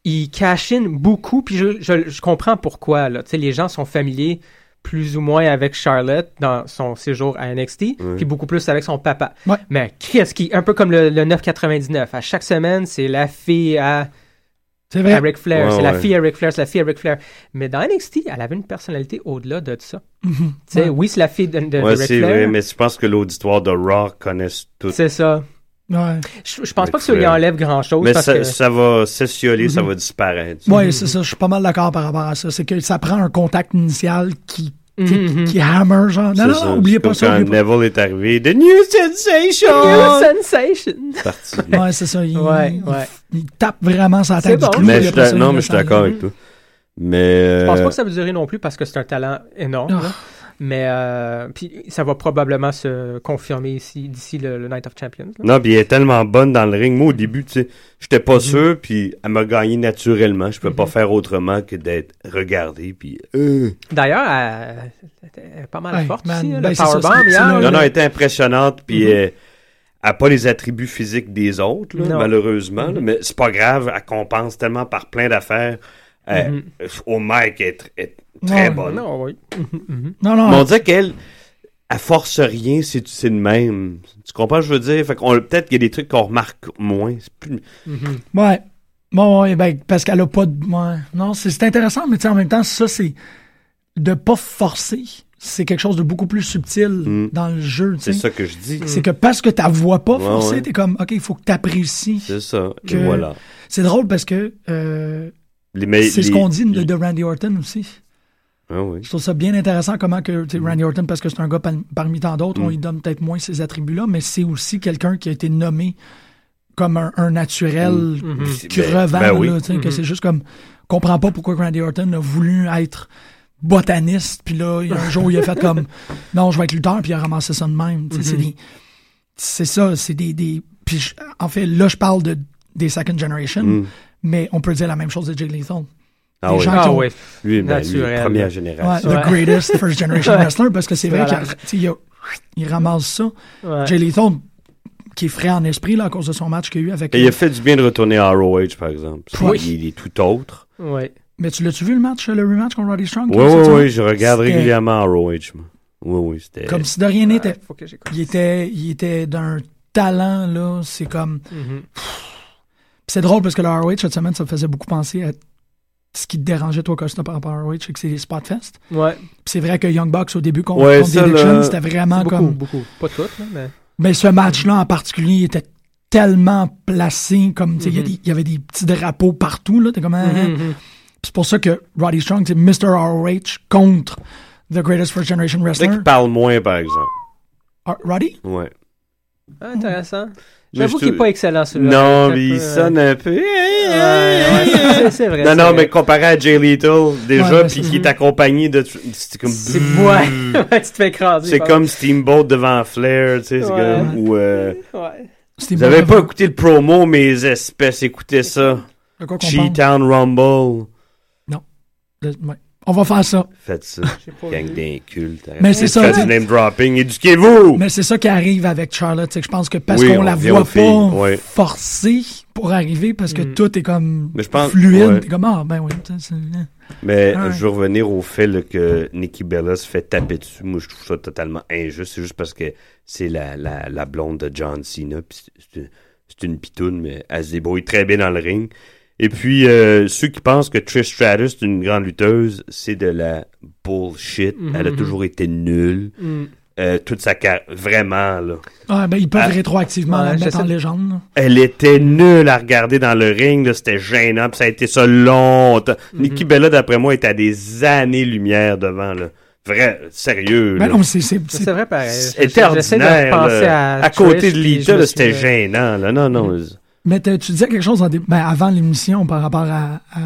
C: Il cash in beaucoup, puis je, je- je comprends pourquoi. Là. Tu sais, Les gens sont familiers plus ou moins avec Charlotte dans son séjour à NXT, puis beaucoup plus avec son papa.
B: Ouais.
C: Mais qu'est-ce qui, un peu comme le, le 999, à chaque semaine, c'est la fille à,
B: C'est
C: à
B: vrai.
C: Ric Flair,
E: Ouais,
C: c'est la
E: ouais.
C: fille à Ric Flair, c'est la fille à Ric Flair. Mais dans NXT, elle avait une personnalité au-delà de ça.
B: Mhm.
C: Tu sais,
B: Ouais.
C: Oui, c'est la fille de, de- de
E: Ouais,
C: Ric
E: c'est
C: Flair.
E: vrai, mais je pense que l'auditoire de Raw connaissent tout.
C: C'est ça.
B: Ouais,
C: Je, je pense
E: Ric
C: pas que ça lui
E: Flair.
C: enlève grand-chose.
E: Mais
C: parce
E: ça,
C: que... Mhm.
E: ça va s'essioler, ça va disparaître.
B: Ouais, c'est ça. Je suis pas mal d'accord par rapport à ça. C'est que ça prend un contact initial qui, qui,
C: Mhm.
B: qui hammer, genre.
E: C'est
B: Non, non,
E: ça,
B: non,
E: c'est
B: oubliez
E: comme
B: pas ça.
E: Quand
B: oubliez pas-
E: Neville est arrivé, The New Sensation!
C: New sensation!
E: C'est parti.
B: Ouais, c'est ça. Il,
C: Ouais,
B: il-
C: ouais.
B: il tape vraiment sa
C: C'est
B: tête. du
C: bon.
B: clou,
E: mais
B: puis
E: je
B: après
E: suis
B: ça, il
E: non, mais je
B: le
E: suis
B: sent
E: d'accord
B: aller.
E: avec toi. Mais. euh,
C: Je pense pas que ça va durer non plus parce que c'est un talent énorme.
B: Ah.
C: là. Mais euh, puis ça va probablement se confirmer ici d'ici le, le Night of Champions. là.
E: Non, puis elle est tellement bonne dans le ring. Moi, au début, tu sais, j'étais
C: Mhm.
E: pas sûr, puis elle m'a gagné naturellement. Je peux pas faire autrement que d'être regardé, puis. euh.
C: D'ailleurs, elle, elle est pas mal
B: Hey,
C: forte
B: man,
C: aussi, hein,
B: ben,
C: le
B: c'est ça,
C: powerbomb
B: c'est-
C: hier.
B: c'est le-
E: Non, non,
C: là.
E: elle était impressionnante, puis
C: Mhm.
E: euh, elle n'a pas les attributs physiques des autres, là,
C: Non. Mhm.
E: malheureusement. là, mais c'est pas grave, elle compense tellement par plein d'affaires. Euh, Au mic, elle est, tr- est très
B: Ouais.
E: bonne.
C: Mhm. Non, oui.
B: Non,
E: Mais on
B: non.
E: dirait qu'elle, elle force rien si tu sais de même. Tu comprends ce que je veux dire? Fait qu'on, peut-être qu'il y a des trucs qu'on remarque moins. C'est plus-
B: Ouais. Bon, ouais, ben, parce qu'elle a pas de. ouais. Non, c'est c'est intéressant, mais tu sais, en même temps, ça, c'est. De pas forcer, c'est quelque chose de beaucoup plus subtil dans le jeu, tu
E: Mm. C'est
B: sais.
E: ça que je dis.
B: C'est que parce que tu vois pas
E: Ouais,
B: forcer,
E: ouais.
B: t'es comme, OK, il faut que t'apprécies.
E: C'est ça. Et
B: Que-
E: Voilà.
B: C'est drôle parce que euh,
E: Les me-
B: c'est ce
E: les-
B: qu'on dit de,
E: les-
B: de Randy Orton aussi.
E: Ah oui.
B: Je trouve ça bien intéressant comment que tu sais, Randy Orton, parce que c'est un gars par- parmi tant d'autres,
E: Mm.
B: on lui donne peut-être moins ces attributs-là, mais c'est aussi quelqu'un qui a été nommé comme un, un naturel qui
E: Ben-
B: revend,
E: ben oui.
B: là, tu sais, que c'est juste comme, comprends pas pourquoi Randy Orton a voulu être botaniste, puis là, il- un jour, il a fait comme, non, je vais être lutteur, puis il a ramassé ça de même. tu sais, C'est
E: Mm-hmm.
B: des- c'est ça, c'est des... des puis je- en fait, là, je parle de, des Second Generation,
E: Mm.
B: mais on peut dire la même chose de Jay Lethal.
E: Ah
B: les
E: oui.
B: gens
C: Ah
B: ont-
C: oui.
E: Lui, ben, lui,
C: Naturel.
E: première
B: Ouais,
E: génération.
B: the greatest first generation wrestler parce que c'est vrai
C: Voilà.
B: qu'il a- tu sais, il a- il ramasse ça.
C: Ouais.
B: Jay Lethal, qui est frais en esprit là, à cause de son match qu'il a eu avec. euh,
E: Et il a fait du bien de retourner à ROH, par exemple.
B: Oui.
E: Il, il est tout autre.
C: Ouais.
B: Mais tu l'as-tu vu le match, le rematch contre Roddy Strong?
E: Oui,
B: Comme
E: oui,
B: ça, tu vois?
E: oui, je regarde
B: C'était
E: régulièrement ROH. moi. Oui, oui, c'était...
B: Comme si de rien n'était.
C: Faut que j'écoute.
B: Il était, il était d'un talent, là. C'est comme.
C: Mhm.
B: Puis C'est drôle parce que le ROH cette semaine, ça me faisait beaucoup penser à ce qui te dérangeait, toi, Costa, par rapport à ROH, c'est que c'est les Spotfest.
C: Ouais.
B: Puis c'est vrai que Young Bucks, au début, contre,
E: Ouais,
B: contre
E: ça,
B: Deduction,
E: le-
B: c'était vraiment
C: Beaucoup,
B: comme.
C: beaucoup. Pas toutes, là, mais.
B: Mais ce match-là en particulier, il était tellement placé, comme. tu sais, Il y a
E: Mm-hmm.
C: Mhm.
B: des- il y, avait des petits drapeaux partout, là. T'es comme. hein, hein.
C: Mhm, mhm.
B: Puis C'est pour ça que Roddy Strong, c'est Mr. ROH contre The Greatest First Generation
E: C'est
B: Wrestler.
E: qu'il parle moins, par exemple.
B: Ah, Roddy?
E: Ouais.
C: Ah, intéressant.
E: Mais
C: J'avoue
E: je te-
C: qu'il n'est pas excellent celui-là.
E: Non, mais il sonne un peu...
C: euh, Ouais, ouais, c'est- c'est vrai.
E: Non,
C: c'est
E: non,
C: vrai.
E: mais comparé à Jay Little,
B: Ouais,
E: déjà,
B: mais
E: puis
B: c'est-
E: qui est accompagné de... C'est comme...
C: C'est ouais. ouais, tu te fais écraser.
E: C'est
C: par-
E: comme Steamboat devant Flair, tu sais, c'est
C: Ouais.
E: comme... Ou, euh,
C: Ouais.
B: C'était
E: Vous avez
B: bon,
E: pas écouté le promo, mes espèces, écoutez ça.
B: de quoi qu'on parle.
E: Cheetown Rumble.
B: De- ouais. On va faire ça.
E: Faites ça.
C: J'ai pas
E: Gang
C: vu.
E: d'incultes. arrêtez
B: Mais
E: de
B: c'est ça,
E: faire
B: tu sais.
E: du name dropping. Éduquez-vous!
B: Mais c'est ça qui arrive avec Charlotte. c'est que je pense que parce
E: Oui,
B: qu'on
E: on
B: la
E: revient
B: voit
E: aux
B: pas
E: filles, ouais.
B: forcée pour arriver, parce que
C: Mm.
B: tout est comme
E: Mais je pense-
B: fluide.
E: ouais.
B: T'es comme, ah, ben oui. ça, c'est-
E: Mais
B: Ah ouais.
E: je veux revenir au fait là, que Nikki Bella se fait taper dessus. Moi, je trouve ça totalement injuste. C'est juste parce que c'est la, la, la blonde de John Cena. puis c'est- C'est une- c'est une pitoune, mais elle se débrouille très bien dans le ring. Et puis, euh, ceux qui pensent que Trish Stratus est une grande lutteuse, c'est de la bullshit.
B: Mm-hmm,
E: Elle a
C: Mhm.
E: toujours été nulle.
C: Mm.
E: Euh, toute sa carrière. Vraiment, là.
B: Ah, ben ils peuvent
E: Ah.
B: rétroactivement
C: Ouais,
B: la
C: je
B: mettre en
C: sais.
B: légende. là.
E: Elle était nulle à regarder dans le ring, là, c'était gênant, puis ça a été ça longtemps.
C: Mhm.
E: Nikki Bella, d'après moi, est à des années-lumière devant, là. Vrai, sérieux,
B: Ben
E: là.
B: non, c'est. c'est-
C: C'est vrai, pareil.
E: C'était ordinaire, là. à, côté de Lita, là,
C: là
E: c'était gênant, là. Non,
C: Mhm.
E: non. c'est-
B: Mais t'as- tu disais quelque chose en dé- ben, avant l'émission par rapport à, à- à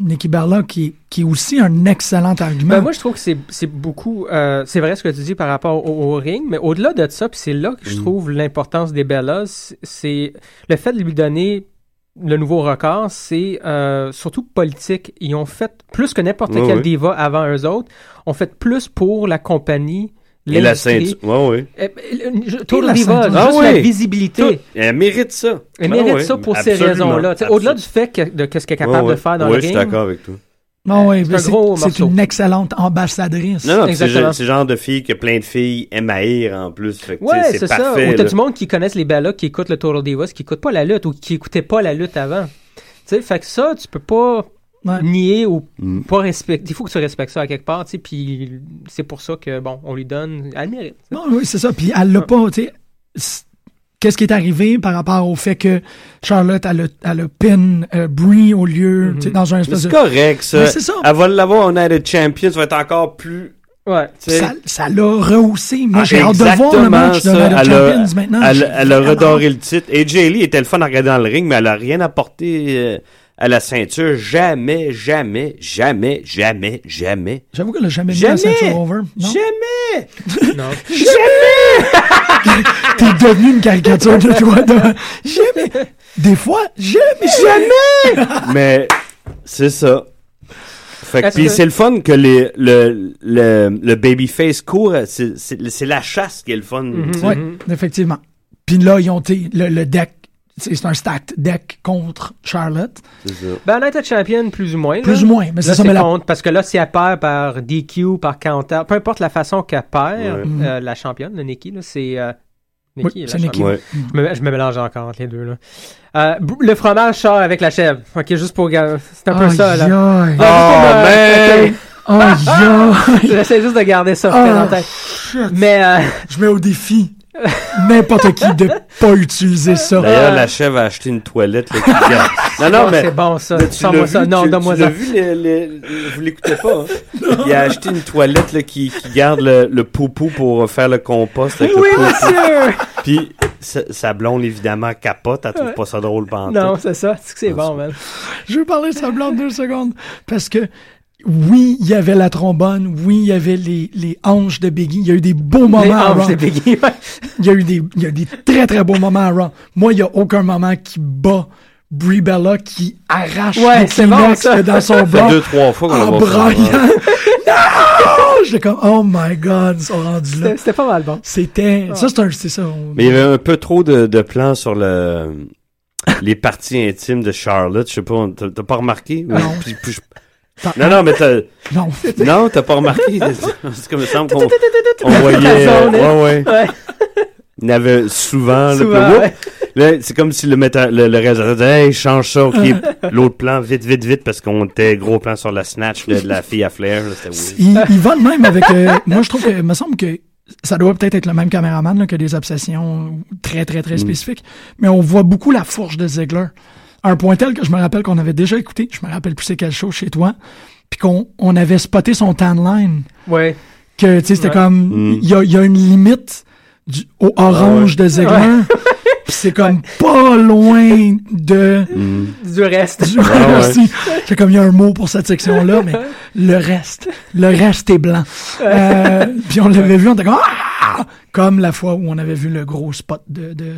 B: Nikki Berla, qui, qui est aussi un excellent argument.
C: Ben, moi, je trouve que c'est c'est beaucoup. euh, c'est vrai ce que tu dis par rapport au, au ring, mais au-delà de ça, puis c'est là que je
E: Mm.
C: trouve l'importance des Bellas, c'est le fait de lui donner le nouveau record, c'est euh, surtout politique. Ils ont fait plus que n'importe
E: Oui,
C: quel
E: oui.
C: diva avant eux autres, ont fait plus pour la compagnie.
E: Et la
C: l'industrie.
E: ceinture. Ouais, ouais.
C: Euh, le- je- Tour
B: Et la
C: diva,
B: ceinture.
C: juste
E: Ah
C: la
E: oui.
C: visibilité.
E: Tout. Elle mérite ça.
C: Elle
E: Ben
C: mérite
E: ouais,
C: ça pour ces
E: absolument,
C: raisons-là. Tu sais, Au-delà
E: absolument.
C: du fait que, de ce qu'elle est
E: Ouais,
C: capable
E: ouais.
C: de faire dans
E: Ouais,
C: le
E: je suis
C: ring.
E: d'accord avec toi.
B: non, oui,
C: c'est
B: mais
C: un
B: c'est
C: gros
B: c'est
C: morceau.
B: une excellente ambassadrice.
E: Non, non, puis c'est
C: Exactement.
E: le- c'est le genre de fille que plein de filles aiment haïr, en plus. Fait que, tu sais,
C: Ouais, c'est ça.
E: parfait,
C: Ou t'as
E: là.
C: du monde qui connaissent les Bellas, qui écoutent le Total Divas, qui écoutent pas la lutte ou qui écoutaient pas la lutte avant. Tu sais, fait que ça, tu peux pas
B: Ouais.
C: nier ou
E: Mm.
C: pas respecter. Il faut que tu respectes ça à quelque part, tu sais, puis c'est pour ça que, bon, on lui donne... Elle le mérite. tu sais.
B: Non, oui, c'est ça. Puis elle l'a pas, tu sais. c- Qu'est-ce qui est arrivé par rapport au fait que Charlotte, elle a, elle a pin euh, Brie au lieu, tu sais, dans un
E: Mais
B: espèce
E: Mhm. c'est
B: de.
E: correct, ça.
B: Mais c'est ça.
E: Elle va l'avoir en United Champions, ça va être encore plus.
C: Ouais.
E: tu sais,
B: Ça- Ça l'a rehaussé. Moi,
E: Ah,
B: j'ai hâte de voir le
E: exactement
B: match de
E: ça.
B: Night of
E: Elle a-
B: Champions maintenant. J'ai
E: Elle, elle a
B: vraiment
E: redoré le titre. Et Lee était le fun à regarder dans le ring, mais elle a rien apporté euh, à la ceinture. Jamais, jamais, jamais, jamais, jamais.
B: J'avoue qu'elle a jamais mis la
E: Jamais!
B: ceinture over. Non.
E: Jamais!
C: Non.
B: T'es devenu une caricature de toi. de- Jamais. Des fois, jamais. Jamais.
E: mais c'est ça. Fait que,
C: Est-ce
E: puis
C: que-
E: c'est le fun que les, le, le, le babyface court, c'est- c'est c'est la chasse qui est le fun. tu
C: Mm-hmm.
E: sais.
B: Oui, effectivement. Puis là, ils ont été le, le deck. C'est c'est un stacked deck contre Charlotte.
E: C'est ça.
C: Ben, elle était championne, plus ou moins. là.
B: Plus ou moins, mais c'est
C: Là,
B: ça, mais là-
C: contre, parce que là, si elle perd par DQ, par counter, peu importe la façon qu'elle perd,
E: Ouais.
C: euh, la championne, le Nikki, là, c'est... euh,
B: Mm. Oui,
C: Nikki, la
B: c'est Nikki.
C: championne.
E: Ouais.
C: Je me, je me mélange encore entre les deux. Là. Euh, br- le fromage sort avec la chèvre. Ok, juste pour. ga- C'est un peu
B: Oh,
C: ça, là.
B: Aïe, aïe.
E: Oh,
C: Euh,
E: man!
C: ok.
B: Aïe, aïe.
C: J'essaie juste de garder ça
B: Ah,
C: très longtemps. Mais euh,
B: Je mets au défi n'importe qui de pas utiliser ça.
E: D'ailleurs,
C: Euh.
E: la chèvre a acheté une toilette. là, qui garde. non,
C: oh,
E: non, mais
C: c'est bon ça.
E: Mais tu l'as
C: Sors-moi ça.
E: vu,
C: Non,
E: tu-
C: donne-moi
E: Tu l'as
C: ça.
E: vu, le- le- le- vous l'écoutez pas. hein? Il a acheté une toilette là, qui, qui garde le, le poupou pour faire le compost. Avec
C: Oui,
E: le poupou.
C: monsieur!
E: Puis sa, sa blonde, évidemment, capote. Elle trouve pas ça drôle pendant
C: non, c'est ça. C'est que c'est bon, man.
B: Je veux parler de sa blonde deux secondes. Parce que, oui, il y avait la trombone. Oui, il y avait les, les hanches de Biggie. Il y a eu des beaux
C: Les
B: moments. à
E: hein.
C: hanches
B: Raw.
C: de Biggie. oh, ouais.
B: Il y a eu des, il y a des très très beaux moments à Raw. Moi, il n'y a aucun moment qui bat Brie Bella qui arrache
C: Ouais,
B: le
C: c'est bon,
B: Kleenex
C: ça.
B: dans son
E: Ça fait hein.
B: bras
C: Ah,
E: deux, trois fois qu'on
B: en
E: va voir ça.
B: braillant. non, j'étais comme, oh my god, ils sont rendus là.
C: C'était c'était pas mal bon.
B: C'était. Ça, c'est un. C'est ça. on-
E: Mais il y avait un peu trop de, de plans sur le, les parties intimes de Charlotte. Je sais pas, t'as t'as pas remarqué?
B: Ah non.
E: Puis- puis je- non, non, mais t'as,
B: Non.
E: non, t'as pas remarqué. C'est comme il semble qu'on
C: Ta
E: on voyait.
C: zone, hein.
E: ouais, ouais.
C: Ouais,
E: Il y en avait souvent. là, puis
C: souvent,
E: whoop,
C: ouais.
E: là, c'est comme si le, méta- le, le réalisateur disait Hey, change ça, ok. L'autre plan, vite, vite, vite, parce qu'on était gros plan sur la snatch de, de la fille à flair. là, c'était weird.
B: Il, il va de même avec. euh, moi, je trouve que. me semble que ça doit peut-être être le même caméraman là, que des obsessions très, très,
E: Mm.
B: très spécifiques. Mais on voit beaucoup la fourche de Ziegler. À un point tel que je me rappelle qu'on avait déjà écouté, je me rappelle plus c'est quelle chose chez toi, puis qu'on on avait spoté son tan line.
C: Ouais.
B: Que, tu sais, c'était
C: Ouais.
E: Mm.
B: comme. Il y, a, il y a une limite du, au
E: Ah
B: orange de Ziegler. Puis c'est comme pas loin de.
C: Du reste.
B: du
E: Ah ouais.
B: Merci. C'est comme il y a un mot pour cette section-là, mais le reste, le reste est blanc. Euh, puis on l'avait vu, on était comme Ah! comme la fois où on avait vu le gros spot de. de...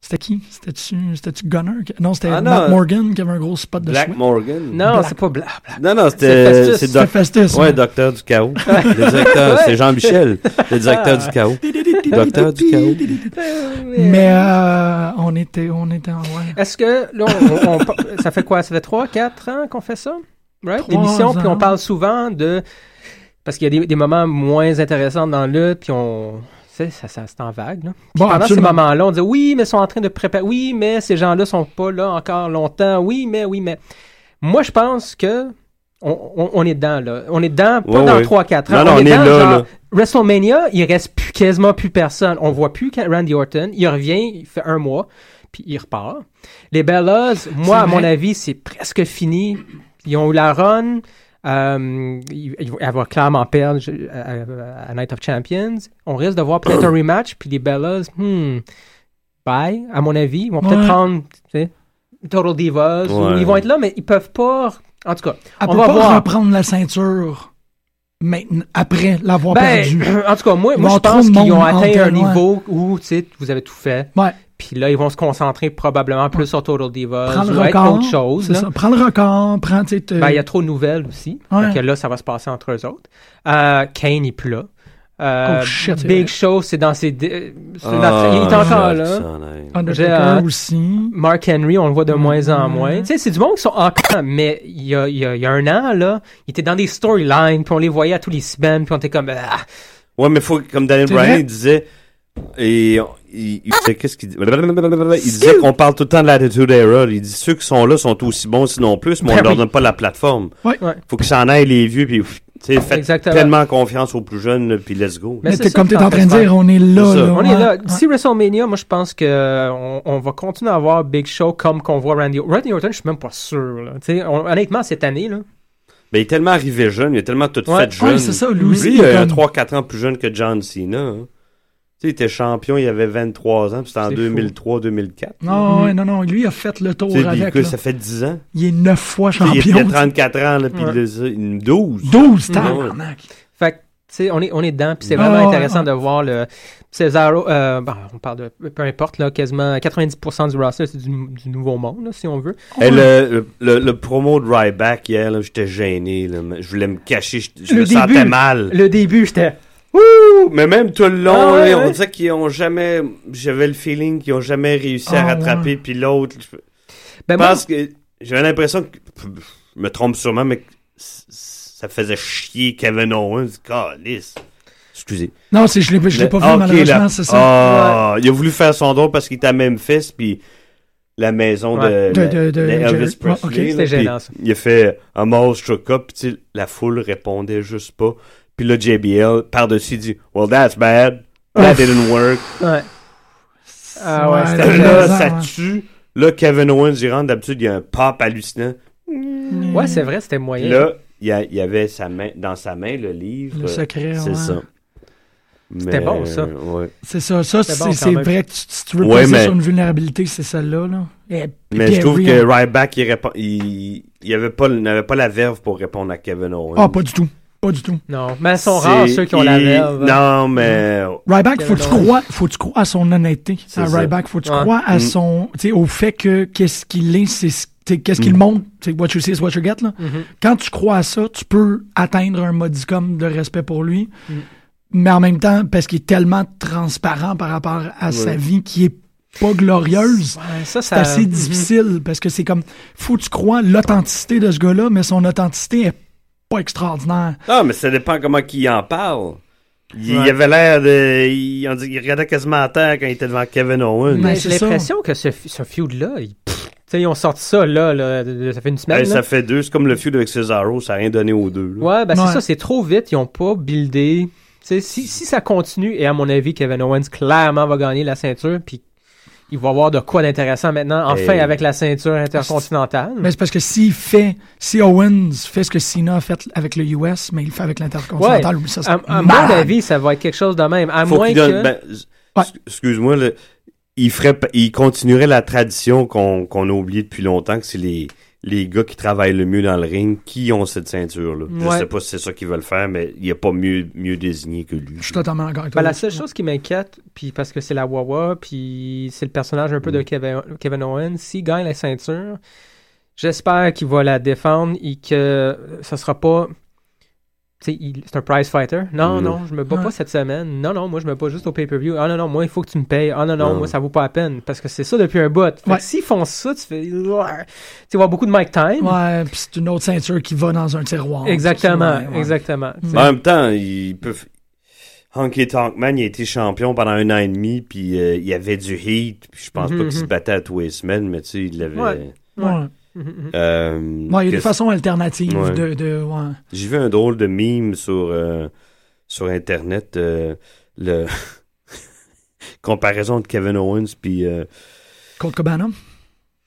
B: C'était qui C'était-tu c'était-tu Gunner qui- Non, c'était
E: Ah, non.
B: Matt Morgan qui avait un gros spot de
E: Black
B: sweat.
E: Morgan.
C: Non,
B: Black.
C: c'est pas bla bla.
E: Non, non,
C: C'est
E: c'était.
C: Festus.
E: C'est
B: C'était
E: Doc.
B: Festus.
E: Ouais,
B: hein.
E: docteur du chaos. Le directeur, c'est Jean-Michel, le directeur du chaos.
C: Ah.
E: Docteur du chaos.
B: Mais euh, on était on était en ouais.
C: Est-ce que là, on- on- on- ça fait quoi? Ça fait 3-4 ans qu'on fait ça? Right?
B: Trois
C: L'émission, puis
B: ans.
C: on parle souvent de... Parce qu'il y a des, des moments moins intéressants dans le, puis on... tu sais, Ça, ça, c'est en vague. Là. Puis
B: Bon,
C: pendant
B: absolument.
C: ces moments-là, on dit oui, mais ils sont en train de préparer. Oui, mais ces gens-là sont pas là encore longtemps. Oui, mais, oui, mais. Moi, je pense que on, on- on est dedans, là. On est dedans, pas
E: Ouais,
C: dans
E: ouais.
C: 3-4 ans.
E: Non, non, on est
C: dedans,
E: là,
C: genre,
E: là.
C: WrestleMania, il reste plus, quasiment plus personne. On voit plus quand Randy Orton. Il revient, il fait un mois, puis il repart. Les Bellas, moi,
B: C'est
C: à mon
B: vrai.
C: avis, c'est presque fini. Ils ont eu la run. Euh, ils ils vont avoir clairement perdu je- euh, à, à- à Night of Champions. On risque de voir peut-être un rematch, puis les Bellas, hmm, bye, à mon avis. Ils vont peut-être
B: Ouais.
C: prendre tu sais, Total Divas. ou
E: Ouais.
C: ils vont être là, mais ils peuvent pas. En tout cas,
B: Elle
C: on
B: peut
C: va
B: pas
C: voir.
B: reprendre la ceinture maintenant après l'avoir
C: Ben,
B: perdue.
C: en tout cas, moi,
B: Ils
C: moi
B: vont
C: je
B: trop
C: pense
B: de
C: qu'ils ont
B: monde
C: atteint un
B: mental, ouais.
C: niveau où, tu sais, vous avez tout fait.
B: Ouais.
C: Puis là, ils vont se concentrer probablement plus sur Total Divas
B: Prends le
C: ou être
B: record.
C: autre chose.
B: c'est
C: là.
B: ça. Prends le record, prends tu sais, te-
C: Ben, il y a trop de nouvelles aussi.
B: Euh, Ouais.
C: Fait que là, ça va se passer entre eux autres. Euh, Kane est plus là. Euh,
B: Oh, shit, c'est vrai.
C: Big Show, c'est dans ses... dé- c'est dans-
E: Ah,
C: il est encore là.
E: Jackson, hey.
B: Undertaker
C: J'ai hâte.
B: aussi.
C: Mark Henry, on le voit
B: Mm.
C: de moins en moins. Tu sais, c'est du monde qui sont encore, mais il y a, il y a- il y a un an, là, il était dans des storylines, puis on les voyait à tous les semaines, puis on était comme... Ah,
E: Ouais, mais faut, que- comme Daniel
B: C'est
E: Bryan,
B: vrai.
E: il disait, et, on- il, il disait, qu'est-ce qu'il dit? Il disait qu'on parle tout le temps de l'attitude era. Il dit, ceux qui sont là sont aussi bons, sinon plus, mais on
C: Ben
E: leur
C: oui.
E: donne pas la plateforme.
B: Ouais.
C: Ouais.
E: Faut que ça en aille les vieux, puis, pff, tu sais, faites
C: Exactement.
E: pleinement confiance aux plus jeunes, puis let's go.
C: Mais
B: Mais
C: c'est
B: t'es-
C: ça
B: comme tu
C: que
B: es en
C: t'en
B: train de
C: fais
B: dire, on est là.
E: C'est ça.
B: là, Ah,
C: On
B: ouais,
C: est là.
B: ouais.
C: Si WrestleMania, moi, je pense que euh, on, on va continuer à avoir Big Show comme qu'on voit Randy Orton. Randy Orton, je suis même pas sûr. Là. Tu sais, on- honnêtement, cette année, là,
E: Mais Ben, il est tellement arrivé jeune, il a tellement tout
C: Ouais.
E: fait jeune.
B: Ouais, c'est ça, lui aussi,
E: Lui,
B: il
E: il
B: est
E: a
B: comme-
E: 3-4 ans plus jeune que John Cena. hein. Tu sais, il était champion, il avait 23 ans, puis c'était en
C: C'est
E: 2003-2004.
B: Non,
C: Mhm.
B: ouais, non, non. Lui, il a fait le tour
E: Tu sais, puis
B: avec.
E: que
B: là.
E: ça fait 10 ans.
B: Il est neuf fois
E: Tu sais, Il, il a
B: champion.
E: 34 ans, là, puis il les a- il- 12.
B: 12
E: Mm.
B: tabarnak.
C: fait que, tu sais, on est, on est dedans. Puis c'est
B: Ah,
C: vraiment
B: ouais,
C: intéressant
B: ouais.
C: de voir le Cesaro. euh, bon, on parle de peu importe, là, quasiment 90% du roster, c'est du, du nouveau monde, là, si on veut.
E: Hey, Eh, le, le, le promo de Ryback hier, là, j'étais gêné. là, mais je voulais me cacher, je, je
C: Le
E: me sentais
C: début.
E: mal.
C: Le début, j'étais.
E: Wouh! Mais même tout le long,
C: Ah ouais,
E: là, on
C: ouais.
E: disait qu'ils ont jamais. J'avais le feeling qu'ils ont jamais réussi à
B: Ah
E: rattraper, puis l'autre. je-
C: Ben,
E: Je
C: moi,
E: pense que j'avais l'impression que je me trompe sûrement, mais que c- ça faisait chier Kevin Owens. Calisse. Excusez.
B: Non, c'est, je l'ai, je l'ai pas vu,
E: ok,
B: malheureusement,
E: là.
B: c'est ça.
E: Ah, Il a voulu faire son don parce qu'il était à Memphis, puis la maison
C: Ouais.
B: De-
E: de,
B: de- de-
E: Elvis
B: Jerry- ouais,
E: Presley.
B: ok,
E: là,
C: c'était
E: puis
C: gênant, ça.
E: Il a fait un monster cup, puis tu sais, la foule répondait juste pas. Puis là, JBL, par-dessus, dit « Well, that's bad. That didn't work. »
C: ouais. Ah ouais, c'était
E: Là,
B: raison,
E: ça
B: ouais.
E: tue. Là, Kevin Owens, il rentre. D'habitude, il y a un pop hallucinant.
C: Ouais, c'est vrai, c'était
E: Puis
C: moyen.
E: Là, il y, a- il y avait sa main, dans sa main le livre.
B: Le secret,
E: C'est
B: ouais.
E: ça.
C: C'était
E: Mais,
C: bon, ça.
E: ouais.
B: C'est ça. Ça, c'est,
C: bon, quand
B: c'est
C: même.
B: vrai que tu- si tu veux
E: Ouais,
B: passer
E: mais-
B: sur une vulnérabilité, c'est celle-là. Là. Et-
E: Mais
C: Eh
B: puis hein.
E: je trouve
B: Harry,
E: que
C: hein.
B: on-
E: Ryback, il, répond, il, il avait pas, il n'avait pas la verve pour répondre à Kevin Owens.
B: Ah, pas du tout. Pas du tout.
C: Non, mais elles
E: C'est-
C: sont rares ceux qui ont la
E: il-
C: verve. Mm.
E: Non, mais.
B: Ryback, faut que tu
C: Kevin Owens.
B: crois, faut que tu crois à son honnêteté.
E: C'est
B: À
E: ça.
B: Ryback, faut que tu
C: Ouais.
B: crois à son, tu sais, au fait que qu'est-ce qu'il est, c'est ce- tu t'sais, qu'est-ce qu'il montre, t'sais, what you see is what you get. Là. Quand tu crois à ça, tu peux atteindre un modicum de respect pour lui, mais en même temps, parce qu'il est tellement transparent par rapport à sa vie qui est pas glorieuse.
C: Ouais, ça,
B: C'est
C: ça-
B: assez
C: Mhm.
B: difficile parce que c'est comme faut que tu crois l'authenticité de ce gars-là, mais son authenticité est pas extraordinaire.
E: Non, mais ça dépend comment qui en parle. Il, il
D: Ouais.
E: avait l'air de. Il, on dit- il regardait quasiment à terre quand il était devant Kevin Owen.
B: Mais
C: Mais
B: c'est
C: j'ai
B: ça.
C: l'impression que ce, ce feud-là, il- pff, tu sais, ils ont sorti ça là, là, de- de- ça fait une semaine. là.
E: ça fait deux. C'est comme le feud avec Cesaro, ça a rien donné aux deux. là.
C: Ouais, ben
B: Ouais.
C: c'est ça, c'est trop vite, ils ont pas buildé. Tu sais, Si, si ça continue, et à mon avis, Kevin Owens clairement va gagner la ceinture, puis il va avoir de quoi d'intéressant maintenant, enfin
E: Hey.
C: avec la ceinture intercontinentale.
B: Mais c'est parce que s'il fait, si Owens fait ce que Cena a fait avec le US, mais il le fait avec l'intercontinental, lui, ça, c'est
C: à, à mon
B: malade.
C: avis, ça va être quelque chose de même. À
E: Faut
C: moins
E: qu'il
C: que.
E: donne- ben, s-
B: Ouais.
E: Excuse-moi, là, il, ferait, p- il continuerait la tradition qu'on qu'on a oubliée depuis longtemps, que c'est les, les gars qui travaillent le mieux dans le ring qui ont cette ceinture-là.
C: Ouais.
E: Je sais pas si c'est ça qu'ils veulent faire, mais il n'y a pas mieux, mieux désigné que lui.
B: Je suis totalement d'accord avec
C: Ben,
B: toi.
C: la seule chose qui m'inquiète, puis parce que c'est la Wawa, puis c'est le personnage un peu de Kevin, Kevin Owens, s'il gagne la ceinture, j'espère qu'il va la défendre et que ça sera pas. Tu sais, il- c'est un prize fighter. Non,
E: Mm.
C: non, je me bats
B: Ouais.
C: pas cette semaine. Non, non, moi, je me bats juste au pay-per-view. Ah, non, non, moi, il faut que tu me payes. Ah, non, non,
E: Ouais.
C: moi, ça vaut pas la peine. Parce que c'est ça depuis un bout. Fait que
B: Ouais.
C: s'ils font ça, tu fais. Tu vas avoir beaucoup de Mike Time.
B: Ouais, puis c'est une autre ceinture qui va dans un tiroir.
C: Exactement,
B: Ouais, ouais.
C: exactement. Tu sais.
E: En même temps, il peut. f- Honky Tonk Man, il a été champion pendant un an et demi, puis euh, il avait du heat. puis je pense
C: Mhm,
E: pas qu'il se
C: mhm.
E: battait à tous les semaines, mais tu sais, il l'avait.
C: Ouais.
B: Ouais. Ouais,
C: Mhm, mhm.
E: Euh,
B: Il y a des
E: qu'est-ce-
B: façons alternatives
E: Ouais.
B: de. de ouais.
E: J'ai vu un drôle de mime sur, euh, sur Internet. euh, le comparaison de Kevin Owens, puis. euh,
B: Colt Cabana.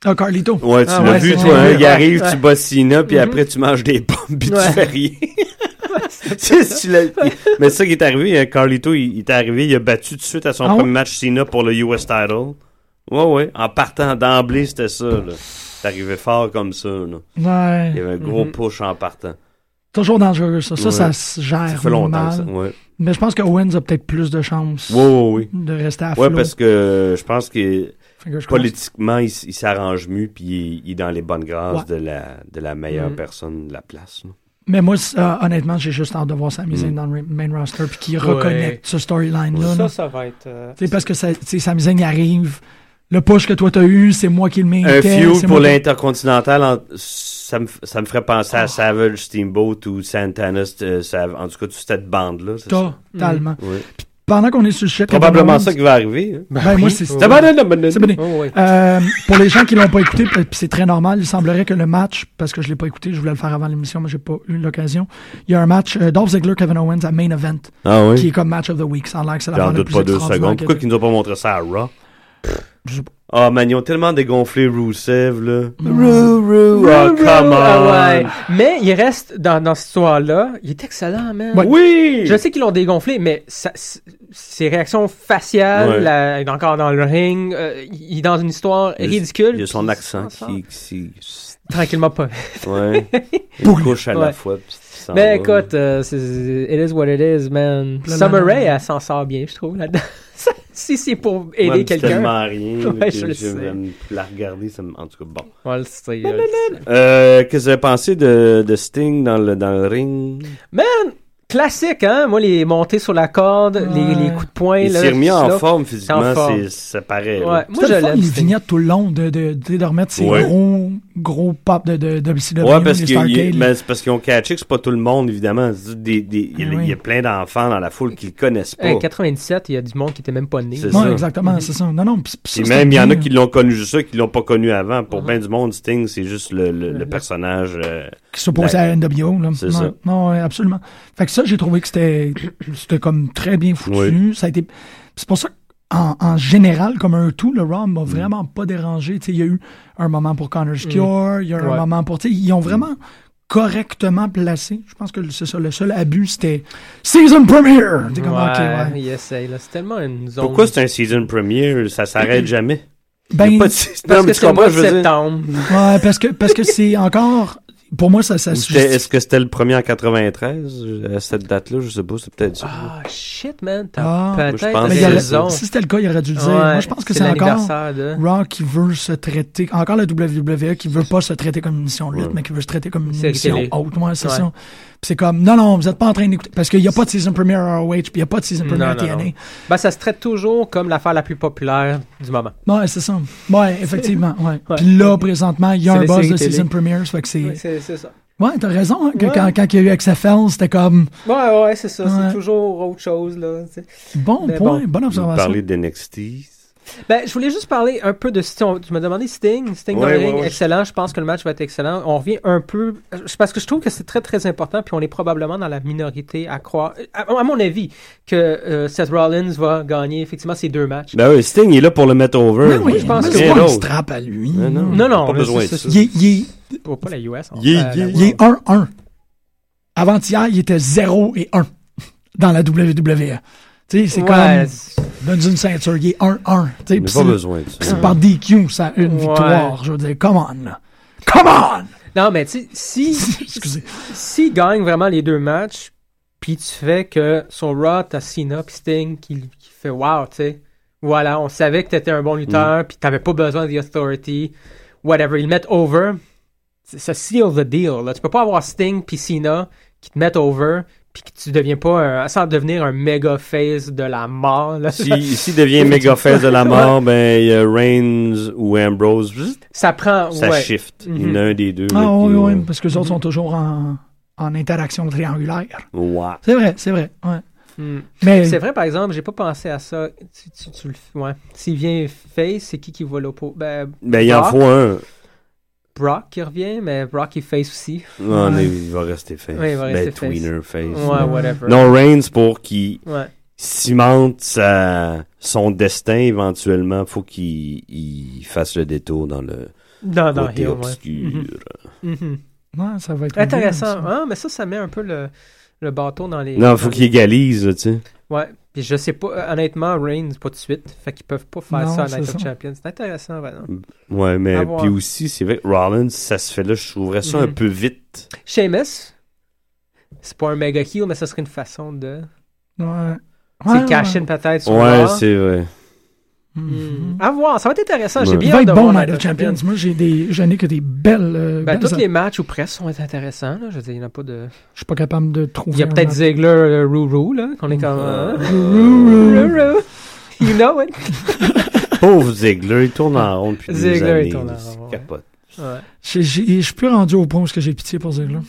B: Ah, Carlito.
E: Ouais, tu
C: Ah
E: l'as
C: ouais,
E: vu,
C: c'est
E: toi.
C: vrai.
E: hein, il
C: Ouais,
E: arrive,
C: ouais.
E: tu bosses Sina, puis
C: Mhm.
E: après, tu manges des pommes, puis
C: Ouais.
E: tu fais rien. Tu sais, tu l'as- il- Mais c'est ça qui est arrivé, hein, Carlito, il, il est arrivé, il a battu tout de suite à son
B: Ah ouais?
E: premier match Cena pour le US title. Ouais, ouais, en partant d'emblée, c'était ça. là. C'est arrivé fort comme ça. là.
B: Ouais.
E: Il y avait un gros
C: Mhm.
E: push en partant.
B: Toujours dangereux, ça. Ça,
E: Ouais.
B: ça se
E: Ça
B: gère
E: fait longtemps,
B: mal.
E: ça. Ouais,
B: Mais je pense que Owens a peut-être plus de chance
E: ouais, ouais. ouais.
B: de rester à
E: Ouais,
B: flot.
E: parce que euh, je pense que
B: Fingers crossed.
E: politiquement, il, s- il s'arrange mieux, puis il, il est dans les bonnes grâces de, la, de la meilleure
B: Mm.
C: Mhm.
E: personne de la place. là.
B: Mais moi, c'est- euh, honnêtement, j'ai juste hâte de voir Sami Zayn
E: Mm.
B: dans le main roster puis qu'il
C: Ouais.
B: reconnecte ce storyline-là. là.
C: Ça, ça va être. euh,
B: Tu sais, parce que ça- tu sais, Sami Zayn il arrive, le push que toi t'as eu, c'est moi qui le mets.
E: Un feud pour l'intercontinental, en- ça me, f- ça me ferait penser
B: Ah.
E: à Savage, Steamboat ou Santana, euh, Sav- en tout cas, toute cette bande-là. c'est ça?
B: Totalement.
E: Ouais.
B: Pendant qu'on est sur le shit,
E: Probablement
B: Kevin
E: ça
B: Owens-
E: qui va arriver. hein.
B: Ben, moi, c'est-
E: Ça va, non, non, non,
B: c'est bon.
C: Oh, oui.
B: Euh, pour les gens qui l'ont pas écouté, puis c'est très normal, il semblerait que le match, parce que je l'ai pas écouté, je voulais le faire avant l'émission, mais j'ai pas eu l'occasion. Il y a un match euh, Dolph Ziggler Kevin Owens à main event,
E: Ah
B: qui est
E: oui.
B: comme match of the week. Ça a l'air que c'est la
E: J'en
B: affaire la
E: doute
B: plus
E: pas deux
B: extraordinaire
E: secondes.
B: qu'il y a
E: Pourquoi qu'ils nous ont pas montré ça à Raw?
B: je sais pas.
E: Ah, man, ils ont tellement dégonflé Rusev, là.
C: Roo,
E: Ah,
C: roo.
E: come
C: Oh, Ah ouais.
E: on.
C: Mais il reste dans, dans cette histoire-là. Il est excellent, man.
B: Ouais.
E: Oui!
C: Je sais qu'ils l'ont dégonflé, mais sa- s- ses réactions faciales,
E: Ouais.
C: la- il est encore dans le ring, euh, il est dans une histoire
E: Il y a-
C: ridicule.
E: Il y a son
C: puis
E: accent
C: il s'en sort
E: qui... qui- Ah
C: Tranquillement pas.
E: Ouais.
B: Boum.
E: Une couche à la
C: Ouais.
E: fois. puis tu t'en
C: Mais
E: vas,
C: écoute, euh, c'est- it is what it is, man.
B: Puis là,
C: Summer
B: maintenant-
C: Rae, elle s'en sort bien, je trouve, là-dedans. si c'est pour
E: là. Moi,
C: aider
E: elle me dit
C: quelqu'un,
E: tellement rien. là,
C: Ouais,
E: que
C: je le
E: je
C: sais.
E: vais me La regarder, ça me- en tout cas, bon.
C: on le sait, on le sait.
E: Euh, Qu'est-ce que vous avez pensé de, de Sting dans le, dans le ring?
C: Classique, hein? Moi, les montées sur la corde, les,
B: Ouais.
C: les coups de poing.
E: Il
C: Ben, là,
E: s'est remis
C: tout
E: en
C: ça.
E: forme physiquement,
C: En forme.
E: c'est- ça paraît.
C: Ouais.
E: là.
C: Moi, je
B: C'était le fun,
C: l'aime.
B: les
C: Sting.
B: vignettes tout le long de, de, de, de remettre ces
E: Ouais.
B: gros, gros pop de, de, de WCW,
E: Ouais, parce
B: les
E: qu'il-
B: Starcade,
E: il- ben, c'est parce qu'ils ont catché que c'est pas tout le monde, évidemment. C'est Des, des- il, y a-
C: Ben
B: Ah oui.
E: il y a plein d'enfants dans la foule qui le connaissent pas.
C: Hey, 97, il y a du monde qui était même pas né.
E: C'est
B: Ouais,
E: ça.
B: exactement,
C: Mm-hmm.
B: c'est ça. Non, non, pis- pis
E: Puis
B: ça,
E: même, il y en a
B: c'était
E: qui
B: bien,
E: l'ont connu juste ça, qui l'ont pas connu avant. Pour
C: Mhm.
E: bien du monde, Sting, c'est juste le, le- le
B: Mhm.
C: Le-
E: personnage. euh,
B: qui s'opposait à NWO. Là.
E: C'est
B: non,
E: ça.
B: non, ouais, absolument. Fait que ça, j'ai trouvé que c'était c'était comme très bien foutu. Ça a été. C'est pour ça qu'en en général, comme un tout, le Raw m'a
E: Mm.
B: vraiment pas dérangé. Tu sais, il y a eu un moment pour Connor's Cure, il y a eu
C: Mm. Ouais.
B: un moment pour. tu sais,
E: Mm.
B: Ils ont vraiment correctement placé. Je pense que c'est ça. Le seul abus, c'était Season Premiere. T'es comme, ok, ouais.
C: il essaye, là. C'est tellement une zone.
E: Pourquoi c'est un season premiere? Ça s'arrête jamais. Il y a
B: Ben,
E: pas de- Non,
C: Parce
E: mais
C: que
E: tu
C: c'est le
E: comprends,
C: mois de
E: je veux dire-
C: septembre.
B: Ouais, parce que parce que c'est encore Pour moi, ça, ça
E: Ou
B: se
E: c'était-
B: justifie.
E: Est-ce que c'était le premier en 93 à cette date-là Je sais pas, c'est peut-être ça.
C: Ah, shit, man.
B: Ah.
C: T'as
E: Moi, je
C: peut-être
E: pense
B: Mais il y aurait-
C: raison.
B: si c'était le cas, il aurait dû le dire.
C: Ouais,
B: Moi, je pense que c'est encore
C: l'anniversaire de-
B: Raw qui veut se traiter, encore la WWE qui veut pas se traiter comme une émission de lutte,
E: Ouais.
B: mais qui veut se traiter comme une
C: Série
B: émission
C: télé.
B: haute. Ouais, c'est
C: Ouais.
B: ça. Puis c'est comme, non, non, vous êtes pas en train d'écouter. Parce qu'il n'y a pas de season premiere à ROH, puis il n'y a pas de season
C: Non,
B: premiere à
C: non, non.
B: TNA.
C: Ben, ça se traite toujours comme l'affaire la plus populaire du moment.
B: Ouais, c'est ça. Ouais, effectivement. Ouais.
C: Ouais.
B: Puis là, présentement, il y a
C: C'est
B: un
C: les
B: buzz
C: séries
B: de
C: télé.
B: season premiere, ça fait que c'est.
C: C'est ça.
B: Ouais, t'as raison. hein, que
C: Ouais.
B: Quand, quand il y a eu XFL, c'était comme
C: Ouais, ouais, c'est ça.
B: Ouais.
C: C'est toujours autre chose, là. tu sais.
B: bon
C: Mais
B: point,
C: Ben bon.
B: bonne
E: Vous
B: observation.
E: parlez d'NXT.
C: Ben, je voulais juste parler un peu de Sting. Tu m'as demandé Sting. Sting dans
E: Ouais,
C: le
E: ouais,
C: ring,
E: ouais.
C: excellent. Je pense que le match va être excellent. On revient un peu. je- Parce que je trouve que c'est très, très important. Puis on est probablement dans la minorité à croire, à, à mon avis, que euh, Seth Rollins va gagner effectivement ces deux matchs.
E: Ben oui, Sting est là pour le mettre over.
B: Ben Oui, oui, je pense que c'est
E: Rien
B: pas une
E: d'autre.
B: strap à lui.
E: Non, non.
C: Non, non,
E: Pas
C: mais
E: besoin
C: c'est-
E: de
C: c'est-
E: ça.
B: Il est- il est
C: Oh, pas la US. on-
E: Yeah,
C: euh,
E: yeah,
B: Ben,
C: la
B: Il est 1-1. Avant-hier, il était 0 et 1 dans la WWE. Tu sais, c'est
C: Ouais,
B: comme
C: c'est-
B: dans une ceinture, il est 1-1. Tu sais, pis
E: Il n'a
B: c'est-
E: pas besoin de ça.
B: C'est par DQ, ça, une
C: Ouais.
B: victoire. Je veux dire, come on, là. Come on!
C: Non, mais tu sais, si,
B: Excusez.
C: s'il gagne vraiment les deux matchs, puis tu fais que sur Raw, t'as Cena puis Sting qui, qui fait wow, tu sais. Voilà, on savait que t'étais un bon lutteur, puis t'avais pas besoin de The Authority, whatever. Ils le mettent over. C'est- Ça seal the deal. Là. Tu peux pas avoir Sting puis Cena qui te mettent over, puis que tu deviens pas un, sans devenir un méga face de la mort. Là.
E: Si, s'il devient méga face de la mort, ben, il y a Reigns ou Ambrose, juste,
C: ça prend.
E: ça
C: ouais.
E: shift.
C: Mhm.
E: Il y en a un des euh, deux. là,
B: Ah
E: qui-
B: oui, oui, parce que les autres sont toujours en, en interaction triangulaire.
E: euh, Ouais.
B: C'est vrai, c'est vrai. Ouais.
C: Mm.
B: Mais
C: C'est vrai, par exemple, j'ai pas pensé à ça. Tu, tu, tu le f- ouais. S'il vient face, c'est qui qui va l'oppo? Ben,
E: Ben, il en
C: Brock.
E: faut un.
C: Brock qui revient, mais Brock il face aussi.
E: Non,
B: Ouais.
E: mais il va rester face.
C: Ouais, il va rester
E: ben,
C: face.
E: tweener face.
C: Ouais, whatever.
E: Non, Reigns pour qu'il
C: Ouais.
E: cimente sa- son destin éventuellement, faut qu'il il fasse le détour dans le
C: Non, non,
E: côté
C: heel, Ah, ouais.
E: obscur.
C: Mhm. Mhm.
B: ouais, ça va être
C: Intéressant.
B: bien,
C: Ah, mais ça, ça met un peu le, le bâton dans les.
E: Mm-hmm. Non, faut
C: dans
E: qu'il égalise, là, tu sais.
C: les- Ouais. Puis je sais pas, euh, honnêtement, Reigns, pas de suite. Fait qu'ils peuvent pas faire
B: Non,
C: ça à
B: c'est
C: Night
B: ça.
C: of Champions. C'est intéressant, vraiment.
E: Ouais,
C: À
E: mais
C: voir.
E: puis aussi, c'est vrai que Rollins, ça se fait là, je trouverais ça un
C: Mhm.
E: peu vite.
C: Sheamus, c'est pas un méga heel, mais ça serait une façon de.
B: ça. Ouais.
C: c'est
B: Ouais,
C: cash
B: ouais.
C: peut-être. sur
E: Ouais,
C: Raw.
E: c'est vrai.
B: Mhm.
C: Mm. À voir, ça va être intéressant. J'ai
E: Ouais.
C: bien
B: Il va
C: hâte
B: être
C: de
B: bon,
C: voir
B: Night
C: la
B: of Champions.
C: Champions.
B: Moi, j'ai des, je n'ai que des belles. euh,
C: Ben,
B: belles
C: tous les matchs ou presque sont intéressants. Là. Je veux dire, il n'y en a pas de.
B: Je suis pas capable de trouver.
C: Il y a
B: un
C: peut-être
B: match.
C: Ziggler, euh, Ruru, là,
B: Mm.
C: qu'on est comme. hein? Ruru. You know it.
E: Pauvre Ziggler, il tourne en rond depuis des
C: Ziggler,
E: années.
C: il tourne en rond,
E: C'est
C: ouais.
E: capote.
C: Ouais.
B: J'ai- j'ai- Je suis plus rendu au point où est-ce que j'ai pitié pour Ziggler.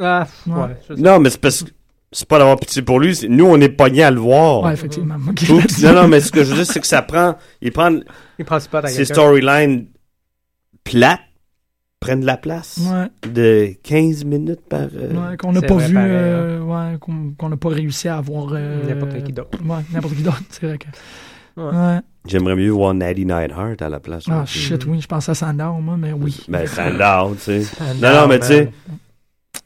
C: Ah, pff,
B: Ouais.
C: ouais. je sais.
E: Non, mais c'est parce que c'est pas d'avoir pitié pour lui, c'est- nous on est pognés à le voir.
B: Ouais, effectivement. Ok.
E: Oups, non, non, mais ce que je veux dire, c'est que ça prend. Ils prennent
C: Ben, Il prend pas dans
E: ces
C: quelqu'un.
E: storylines plates, prennent de la place
B: Ouais,
E: de 15 minutes par. euh,
B: ouais, qu'on n'a
C: c'est
B: pas
C: vrai,
B: vu,
C: pareil,
B: euh, ouais, qu'on qu'on n'a pas réussi à avoir. euh,
C: N'importe qui d'autre.
B: Ouais, n'importe qui d'autre, c'est vrai que.
C: Ouais.
B: Ouais.
E: J'aimerais mieux voir Natty Nightheart à la place.
B: Ah, shit, oui, je pensais à Sandown, moi, mais oui.
E: Ben, Sandown, tu sais.
C: Ah,
E: Non, non, mais tu sais,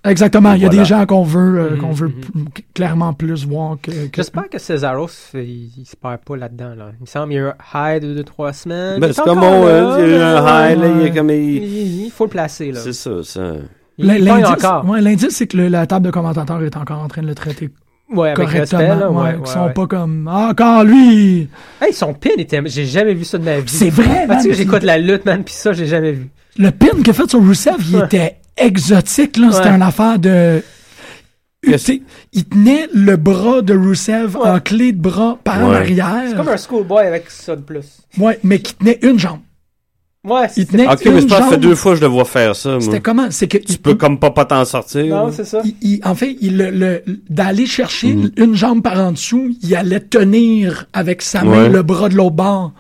B: Exactement, il y a
E: Voilà.
B: des gens qu'on veut, euh, qu'on
C: Mhm,
B: veut
C: mhm.
B: p- clairement plus voir que. que-
C: J'espère que Cesaro, se fait- il, il se perd pas là-dedans. Là. Il me semble qu'il y a eu un high de 2-3 semaines. Euh,
E: ben,
C: Il est
E: c'est comme
C: encore
E: on.
C: là,
E: hein, Il y a eu un
C: mais-
E: high, là, il y a
B: ouais.
E: comme. il-
C: Il il faut le placer. Là.
E: C'est ça, ça.
C: Il
B: L'in-
C: il pogne
B: L'indice,
C: encore.
B: ouais, l'indice, c'est que le- la table de commentateurs est encore en train de le traiter
C: Ouais, avec
B: correctement.
C: respect. Là, ouais,
B: ouais,
C: ouais,
B: ils sont
C: ouais.
B: pas comme Ah, encore lui!
C: Hey, son pin était. J'ai jamais vu ça de ma vie.
B: C'est vrai,
C: Ah, tu
B: man,
C: sais que
B: c'est-
C: j'écoute la lutte, man, pis ça, j'ai jamais vu.
B: Le pin qu'il a fait sur Rusev, il
C: Ouais.
B: était exotique, là. C'était
C: Ouais.
B: une affaire de. Tu sais, Il tenait le bras de Rusev en clé de bras par en
E: Ouais.
B: arrière.
C: C'est comme un schoolboy avec ça de plus.
B: Ouais, mais qui tenait une jambe.
C: Ouais,
B: Il
C: c'est
B: tenait
E: Ok,
B: une
E: mais c'est pas ça fait
B: jambe.
E: deux fois que je le vois faire ça, moi.
B: C'était comment? C'est que
E: Tu
B: il-
E: peux comme pas, pas t'en sortir.
C: Non,
E: là.
C: c'est ça.
B: il- il- en fait, il, le- le- d'aller chercher
E: Mm.
B: une jambe par en dessous, il allait tenir avec sa main
E: Ouais. Mm.
B: le bras de l'autre bord.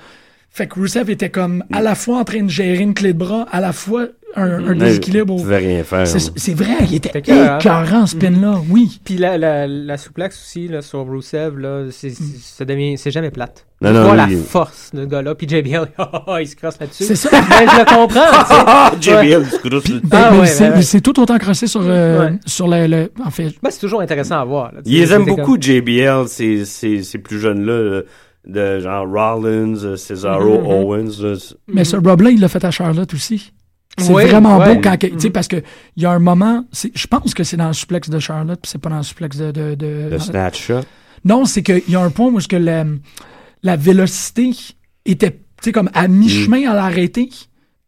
B: Fait que Rusev était comme à la fois en train de gérer une clé de bras, à la fois un, un
E: Mais
B: déséquilibre. au-
E: Tu pouvais rien faire.
B: C'est
E: moi.
B: c'est vrai, il était
C: Euh, C'était hein? Mm-hmm. écœurant.
B: écœurant ce pin-là, oui.
C: Puis la, la, la souplex aussi, là, sur Rusev, là, c'est,
B: Mm.
C: c'est- ça devient, c'est jamais plate.
E: Non,
C: Tu
E: non,
C: vois
E: oui.
C: la force de ce gars-là, puis JBL, oh, il se crosse là-dessus.
B: C'est ça.
C: Mais je le comprends, tu sais.
E: Ah, JBL, du coup, là, tu-
C: Ah
B: Ben,
C: ouais,
B: c'est
C: ben ouais.
B: c'est tout autant crossé sur, euh,
C: Ouais.
B: sur le, le- En fait,
C: Ben, c'est toujours intéressant à voir. là, tu
E: Ils
C: sais,
E: les aiment
C: c'est
E: beaucoup,
C: comme-
E: JBL, ces, ces, ces plus jeunes-là, euh, de genre Rollins, euh, Cesaro,
C: Mhm.
E: Owens. là, c'est-
B: mais ce Rob-là, il l'a fait à Charlotte aussi. C'est
C: Oui,
B: vraiment
C: Mm-hmm. ouais. Mm-hmm.
B: beau quand. que- Tu sais, parce qu'il y a un moment. c'est- Je pense que c'est dans le suplex de Charlotte, puis c'est pas dans le suplex de. de, de-
E: Le
C: Mm-hmm.
B: dans-
E: snatch shot.
B: Non, c'est qu'il y a un point où est-ce que la, la vélocité était, tu sais, comme à mi-chemin à l'arrêter.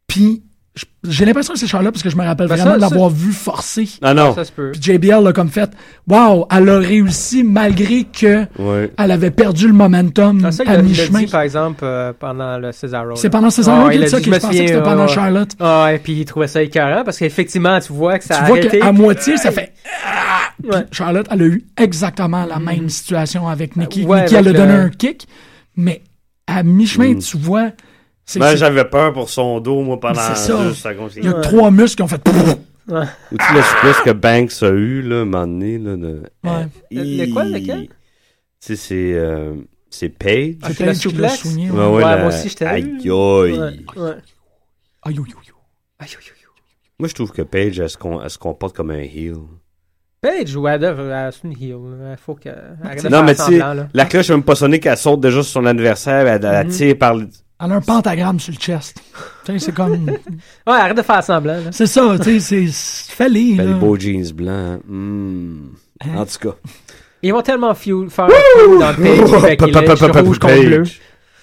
B: Puis je- j'ai l'impression que c'est Charlotte parce que je me rappelle
C: Ben, ça,
B: vraiment de
C: ça-
B: l'avoir vu forcer.
E: Ah non.
C: Ça se peut.
B: Puis JBL l'a comme fait, wow, elle a réussi malgré que
E: Ouais.
B: elle avait perdu le momentum
C: Ah, ça, il
B: à
C: l'a- il l'a
B: mi-chemin.
C: dit, par exemple, euh, pendant le Cesaro.
B: C'est
C: là.
B: pendant Cesaro
C: Ah,
B: qu'il
C: il
B: a
C: l'a
B: dit ça
C: dit,
B: que
C: je
B: je
C: me
B: pensais que
C: souviens,
B: c'était pendant
C: ouais, ouais.
B: Charlotte.
C: Ah, et puis il trouvait ça écœurant parce qu'effectivement, tu vois que ça
B: Tu
C: a
B: vois
C: arrêté.
B: qu'à moitié, ça fait. ah! Puis
C: Ouais. Mm. Euh,
B: Charlotte, elle a eu exactement la même situation avec Nikki.
C: Ouais,
B: Nikki, elle a
C: avec euh,
B: donné
C: le-
B: un kick, mais à mi-chemin, tu vois. c'est-
E: Mm. Ben,
B: c'est-
E: j'avais peur pour son dos, moi, pendant
B: C'est ça.
E: deux secondes.
B: Il y a trois muscles qui ont fait. Pfff
E: Ou tu le supplice que Banks a eu, là, un moment donné, là. De... euh,
B: Ouais.
C: Le- le quoi, lequel?
E: Tu sais, c'est. euh, C'est Paige.
C: Ah,
B: C'est
C: c'est la
B: Paige qui l'a
C: souplesse.
B: souligné, ouais.
E: Ben Ouais,
C: Ouais,
E: ouais, la-
C: moi aussi, j'étais-
E: Aïe, aïe.
C: Ouais,
B: Aïe,
C: ouais.
B: aïe, aïe,
C: Aïe, aïe, aïe.
E: Moi, je trouve que Paige, elle se, con- elle se comporte comme un heel.
C: Paige ou Adam, euh, c'est une heel. Il faut que. arrête de
E: Non,
C: faire
E: mais tu sais,
C: semblant, là. Mm-hmm.
E: la cloche n'a même pas sonné qu'elle saute déjà sur son adversaire, elle, elle tire par le.
B: Elle a un pentagramme sur le chest. Tu sais, c'est comme.
C: Ouais, arrête de faire semblant. Là.
B: C'est ça, tu sais, c'est. c'est- Fallait,
E: Ben, les
B: là. Hein?
E: beaux jeans blancs. hein. Hmm. En tout cas.
C: Ils vont tellement fuel, faire un feud dans Paige avec
E: Pop, pop,
C: Lynch,
E: pop, pop,
C: rouge contre
E: Paige.
C: bleu.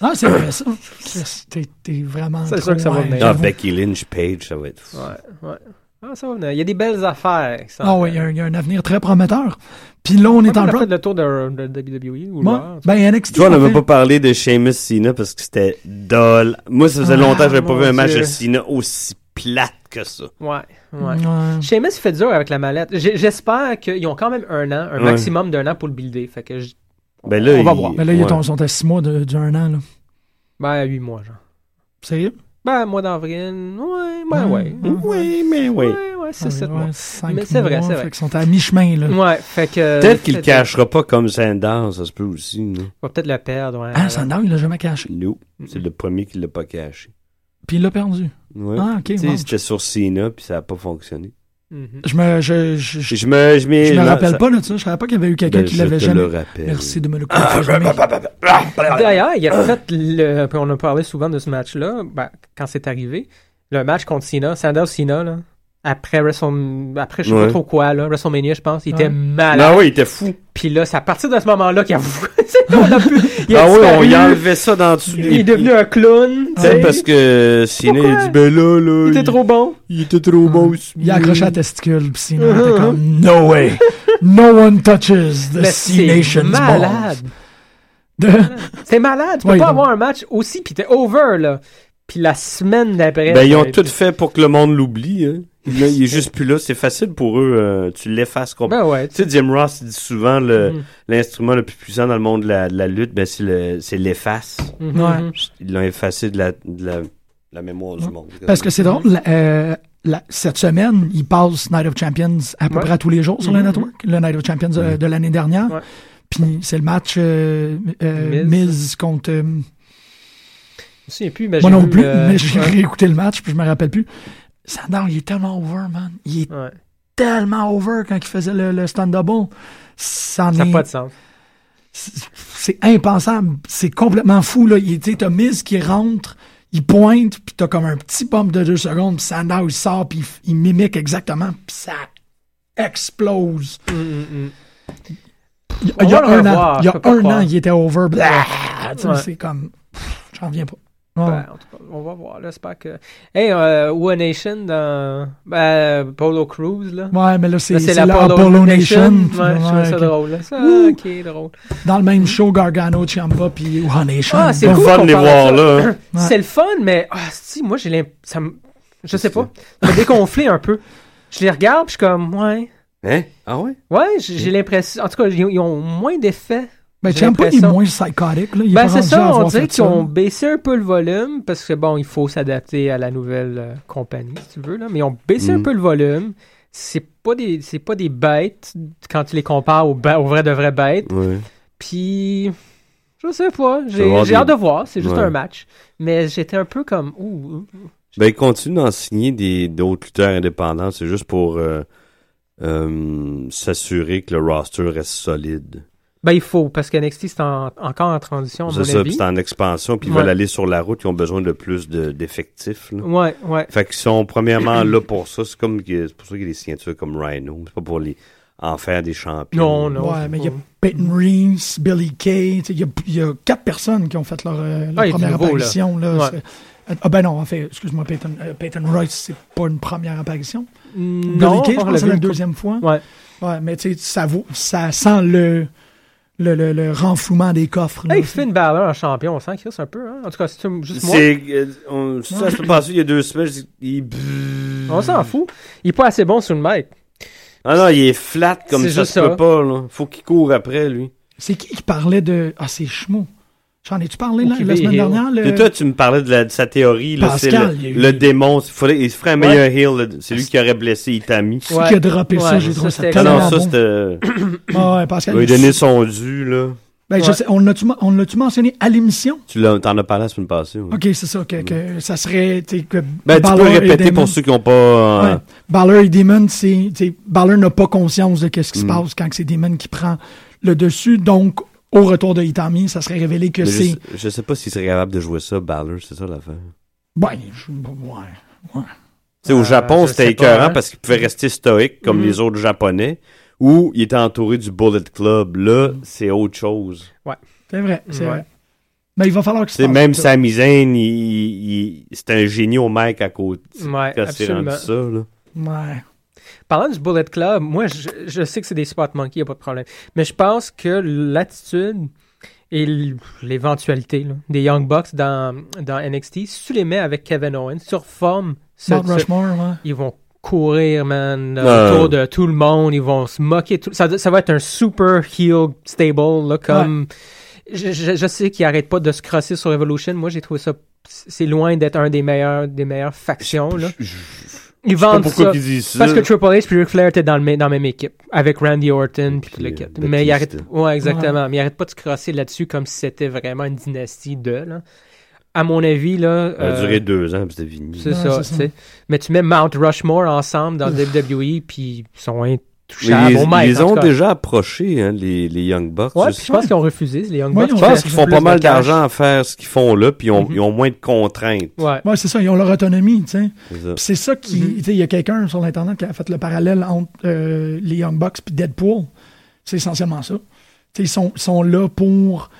B: Ah, c'est vrai, ça. Chris, T'es t'es vraiment.
C: C'est
B: trop
C: sûr que ça va
B: high,
C: venir.
E: Ah,
B: j'avoue.
E: Becky Lynch, Paige, ça va être fou.
C: Ouais, ouais. Ah, ça va venir. Il y a des belles affaires. qui s'en
B: Ah, oui, il y,
C: viennent.
B: a un- il y a un avenir très prometteur. Puis là, on est en
C: On a fait
B: Raw.
C: le tour de, de WWE ou Raw, en
B: Moi,
C: tout cas.
B: Ben, NXT.
E: Tu vois, on
B: on
E: n'avait
B: fait-
E: pas parlé de Seamus Cena parce que c'était dol. Moi, ça faisait
B: Ah,
E: longtemps que j'avais pas
C: mon
E: vu un match
C: Dieu.
E: de Cena aussi plate que ça.
C: Ouais, ouais.
B: Ouais.
C: Sheamus fait dur avec la mallette. J'ai- J'espère qu'ils ont quand même un an, un
E: Ouais.
C: maximum d'un an pour le builder. Fait que je-
E: Ben là,
C: On va
E: il-
C: voir.
B: Mais là, ils
E: ouais.
B: sont- sont à six mois de- d'un an, là.
C: ben, 8 mois, genre.
B: Sérieux?
C: Ben, mois d'avril, ouais, ben, ouais.
E: Oui, mais
C: Ouais,
E: oui.
C: ouais, c'est ça.
B: Ouais, cinq
C: Mais c'est vrai,
B: mois,
C: c'est vrai.
B: Fait qu'ils sont à mi-chemin, là.
C: Ouais, fait que.
E: Peut-être qu'il le cachera pas comme Sandown, ça se peut aussi. Non?
C: On va peut-être le perdre, ouais.
B: Ah, Sandown, il l'a jamais caché.
E: Non. C'est le premier qui l'a pas caché.
B: Puis il l'a perdu.
E: Ouais.
B: Ah, ok.
E: Tu sais,
B: bon.
E: c'était sur Cena, puis ça a pas fonctionné.
C: Mhm.
B: Je me, je, je, je-
E: Je me, je m'y-
B: je me
E: là,
B: rappelle
E: ça-
B: pas, là, de ça. Je savais pas qu'il y avait eu quelqu'un
E: Ben,
B: qui
E: je
B: l'avait
E: te Ah,
B: jamais.
E: le rappelle.
B: Merci de me le confirmer.
E: Ah, ben,
C: D'ailleurs, il a fait le. puis On a parlé souvent de ce match-là, ben, quand c'est arrivé. Le match contre Cena, Sandown Cena, là. Après Wrestle... Après, je sais
E: Ouais.
C: pas trop quoi, là. WrestleMania, je pense. Il
B: Ouais.
C: était malade.
E: Ah oui, il était fou.
C: Puis là, c'est à partir de ce moment-là qu'il a. C'est qu'on a pu. il a
E: Ah oui, on y
C: disparu.
E: enlevait ça dans dessous
C: Il est devenu un clown. tu
E: Tu sais,
C: sais.
E: parce que Cena, il a dit, ben là, là.
C: Il était trop Ah. bon.
E: Il était trop beau.
B: Il a accroché la testicule, pis sinon, il était comme No way! No one touches the
C: Mais
B: Sea
C: c'est
B: Nation's
C: malade.
B: balls. De-
C: C'est malade. Tu peux
B: Ouais,
C: pas
B: non.
C: avoir un match aussi, puis t'es over, là. Puis la semaine d'après.
E: Ben, ils ont
C: t'es-
E: tout fait pour que le monde l'oublie. Hein. Là, il est juste plus là. C'est facile pour eux. euh, tu l'effaces complètement.
C: Ben ouais.
E: Tu sais, Jim Ross il dit souvent le-
C: Mhm.
E: l'instrument le plus puissant dans le monde de la, de la lutte, ben, c'est le- c'est l'efface.
C: Mhm.
B: Ouais.
E: Ils l'ont effacé de la, de la, de la mémoire du monde.
B: Parce que c'est drôle, la- euh, la- cette semaine, il passe Night of Champions à peu
C: Ouais.
B: près tous les jours sur le
C: Mhm.
B: network, le Night of Champions euh, de l'année dernière.
C: Ouais.
B: Puis c'est le match euh, euh,
C: Miz.
B: Miz contre. euh,
C: Je me souviens plus, mais
B: moi
C: j'ai
B: non
C: vu,
B: plus,
C: euh,
B: mais j'ai
C: ouais.
B: réécouté le match, puis je me rappelle plus. Sandow, il est tellement over, man. Il est
C: Ouais.
B: tellement over quand il faisait le, le stand double. C'en
C: Ça n'a
B: est-
C: pas de sens.
B: c'est- C'est impensable. C'est complètement fou, là. Il était, t'as Miz qui rentre, il pointe, puis t'as comme un petit bump de deux secondes, puis Sandow, il sort, puis il, f- il mimique exactement, puis ça explose. Il,
C: Mm, On
B: il y a
C: va le
B: un, an,
C: revoir,
B: il y
C: je
B: a
C: peux pas
B: un
C: croire.
B: an, il était over. blah, tu sais,
C: Ouais.
B: C'est comme... pff, J'en reviens pas. Ouais.
C: Ben, en tout cas, on va voir. là, J'espère que. Hey, euh, One Nation dans. Ben, Polo Cruise, là.
B: Ouais, mais là, c'est
C: Là,
B: c'est la Apollo, Nation.
C: Ouais,
B: puis
C: je trouve
B: ouais,
C: ça
B: ok.
C: drôle. là. Ça,
B: Ouh.
C: ok, drôle.
B: Dans le même show, Gargano, Ciampa, puis One Nation.
C: Ah, c'est
B: Bon,
C: cool.
E: fun
C: qu'on
E: de les
C: parle
E: voir
C: de
E: là. hein.
B: Ouais.
C: C'est le fun, mais ah, si, moi, j'ai l'impression. Ça me... Je sais pas. Ça me déconflé un peu. Je les regarde, puis je suis comme, ouais.
E: Hein? Ah ouais?
C: Ouais, j'ai j'ai l'impression. En tout cas, ils ont, ils ont moins d'effets.
B: Ben,
C: J'ai
B: Ciampa, il est
C: l'impression-
B: moins psychotique, là. Il est
C: Ben,
B: pas
C: c'est
B: rendu à
C: ça, on
B: avoir
C: dirait
B: fait
C: qu'ils
B: ça.
C: ont baissé un peu le volume parce que, bon, il faut s'adapter à la nouvelle euh, compagnie, si tu veux, là. Mais ils ont baissé un
E: Mhm.
C: peu le volume. C'est pas des c'est pas des bêtes quand tu les compares aux, ba- aux vraies de vraies bêtes.
E: Ouais.
C: Puis, je sais pas. J'ai
E: avoir
C: j'ai
E: des-
C: hâte de voir. C'est juste
E: Ouais.
C: un match. Mais j'étais un peu comme, ouh, ouh.
E: Ben, ils continuent d'en signer des, d'autres lutteurs indépendants. C'est juste pour euh, euh, s'assurer que le roster reste solide.
C: Ben, il faut, parce que NXT, c'est en- encore en transition, à
E: C'est
C: mon
E: ça, puis
C: avis.
E: c'est en expansion, puis ils
C: Ouais.
E: veulent aller sur la route, ils ont besoin de plus de- d'effectifs. là.
C: Ouais, ouais.
E: Fait qu'ils sont premièrement là pour ça. C'est comme que- c'est pour ça qu'il y a des signatures comme Rhino. C'est pas pour les en faire des
C: Non,
E: champions.
C: non.
B: ouais, mais il y a
C: Ouais.
B: Peyton Reese, Billy Kay, tu sais, il y, a- il y a quatre personnes qui ont fait leur, euh, leur
C: Ah, il est
B: première
C: nouveau, là.
B: apparition. Là.
C: Ouais.
B: C'est- Ah ben non, en fait, excuse-moi, Peyton, euh, Peyton Royce, c'est pas une première apparition. Billy
C: Non,
B: Kay, je
C: on
B: pense
C: l'a
B: que c'est
C: vu
B: la
C: une
B: deuxième fois.
C: Ouais.
B: Ouais, mais tu sais, ça, vaut- ça sent le, le, le, le renflouement des coffres. là.
C: Hey, Finn Balor en champion, on sent Chris un peu, hein? En tout cas, c'est juste moi.
E: C'est euh, on- ça se passe il y a deux semaines. je dis, il-
C: On
E: Hmm.
C: s'en fout. Il est pas assez bon sur le mic.
E: Ah non, il est flat comme
C: C'est
E: ça.
C: juste
E: se
C: ça.
E: peut pas. Là. Faut qu'il court après lui.
B: C'est qui qui parlait de. Ah, c'est Schmo. J'en ai-tu parlé là,
C: Ou qui
B: la
C: est
B: semaine
C: heel.
B: dernière? le-
E: Et toi, tu me parlais de, la- de sa théorie. Là, c'est
B: Pascal,
E: le,
B: il y a eu-
E: le démon. Il, faudrait, il se ferait un meilleur heel. là. C'est lui qui aurait blessé Itami.
B: C'est qui a droppé ça?
C: Ouais,
B: J'ai
C: ça,
B: trouvé ça
C: c'était
E: Ah
B: tellement
C: Tellement
E: non, ça
B: bon.
E: c'était.
B: Ah ouais, Pascal,
E: Il lui donner son dû, là.
B: Ben, je
C: Ouais.
B: sais, on l'a-tu on l'a-tu mentionné à l'émission?
E: Tu l'as- t'en as parlé la semaine passée. ouais.
B: OK, c'est ça, que, que ça serait... tu sais, Que
E: Mm. Ben, tu peux
B: Balor et
E: répéter
B: Damon-
E: pour ceux qui n'ont pas. euh,
B: Ouais. Balor et Demon, c'est... tu sais, Balor n'a pas conscience de qu'est-ce qui
E: Mm.
B: se passe quand que c'est Demon qui prend le dessus. Donc, au retour de Itami, ça serait révélé que
E: mais je,
B: c'est...
E: sais- je sais pas s'il serait capable de jouer ça, Balor, c'est ça l'affaire.
B: Ben, je- ouais.
E: Tu sais, au
C: Euh,
E: Japon,
C: je
E: c'était
C: sais pas,
E: écœurant
C: hein.
E: parce qu'il pouvait rester stoïque comme
C: Mhm.
B: Mm-hmm.
E: les autres Japonais, ou il était entouré du Bullet Club. Là, c'est autre chose.
B: C'est vrai, c'est
C: Ouais.
B: vrai. Mais il va falloir que
E: Tu sais, même Sami Zayn, il, il- il- c'était un génie au mec à côté.
C: Ouais,
E: Quand c'est rendu
C: absolument.
E: ça, là.
B: Ouais.
C: Parlant du Bullet Club, moi, je, je sais que c'est des spot monkeys, y a pas de problème. Mais je pense que l'attitude et l- l'éventualité là, des Young Bucks dans, dans NXT, si tu les mets avec Kevin Owens, sur forme, ce-
B: Mount
C: ce-
B: Rushmore, ouais.
C: ils vont courir, man, euh,
E: Ouais.
C: autour de tout le monde, ils vont se moquer. de tout- ça, ça va être un super heel stable, là, comme... Je, je- je sais qu'ils arrêtent pas de se crosser sur Evolution. Moi, j'ai trouvé ça... C'est loin d'être un des meilleurs des meilleures factions, là.
E: Je- je-
C: Ils
E: je sais pas
C: vendent
E: pourquoi
C: ça...
E: ils disent ça.
C: Parce que Triple H puis Ric Flair étaient dans, le, mê- dans la même équipe, avec Randy Orton puis
E: Puis,
C: le
E: euh,
C: kit.
E: Batista.
C: Mais ils arrêtent, ouais, exactement. Mais ils arrêtent pas de se crosser là-dessus comme si c'était vraiment une dynastie de. Là. À mon avis, là.
E: Ça a
C: euh,
E: duré deux ans, puis c'était fini.
C: c'est
B: Ouais, c'est ça.
C: ça, tu sais. Mais tu mets Mount Rushmore ensemble dans WWE, puis ils sont
E: Mais
C: intouchables.
E: ils,
C: au maître,
E: ils
C: en
E: ont
C: tout cas.
E: déjà approché, hein, les, les Young Bucks.
C: Ouais,
E: Je-
C: puis je pense qu'ils ont refusé, les Young
B: Ouais,
C: Bucks.
B: ils ont
E: Je
B: fait
E: pense qu'ils font
C: plus
E: pas
C: de
E: mal
C: cash.
E: d'argent à faire ce qu'ils font là, puis ils ont,
C: Mhm.
E: ils ont moins de contraintes.
C: Ouais.
B: Ouais, c'est ça, ils ont leur autonomie, tu sais.
E: C'est ça.
B: Puis C'est ça qui.
C: Mhm.
B: tu sais, Il y a quelqu'un sur l'Internet qui a fait le parallèle entre euh, les Young Bucks et Deadpool. C'est essentiellement ça. Tu sais, Ils sont, ils sont là pour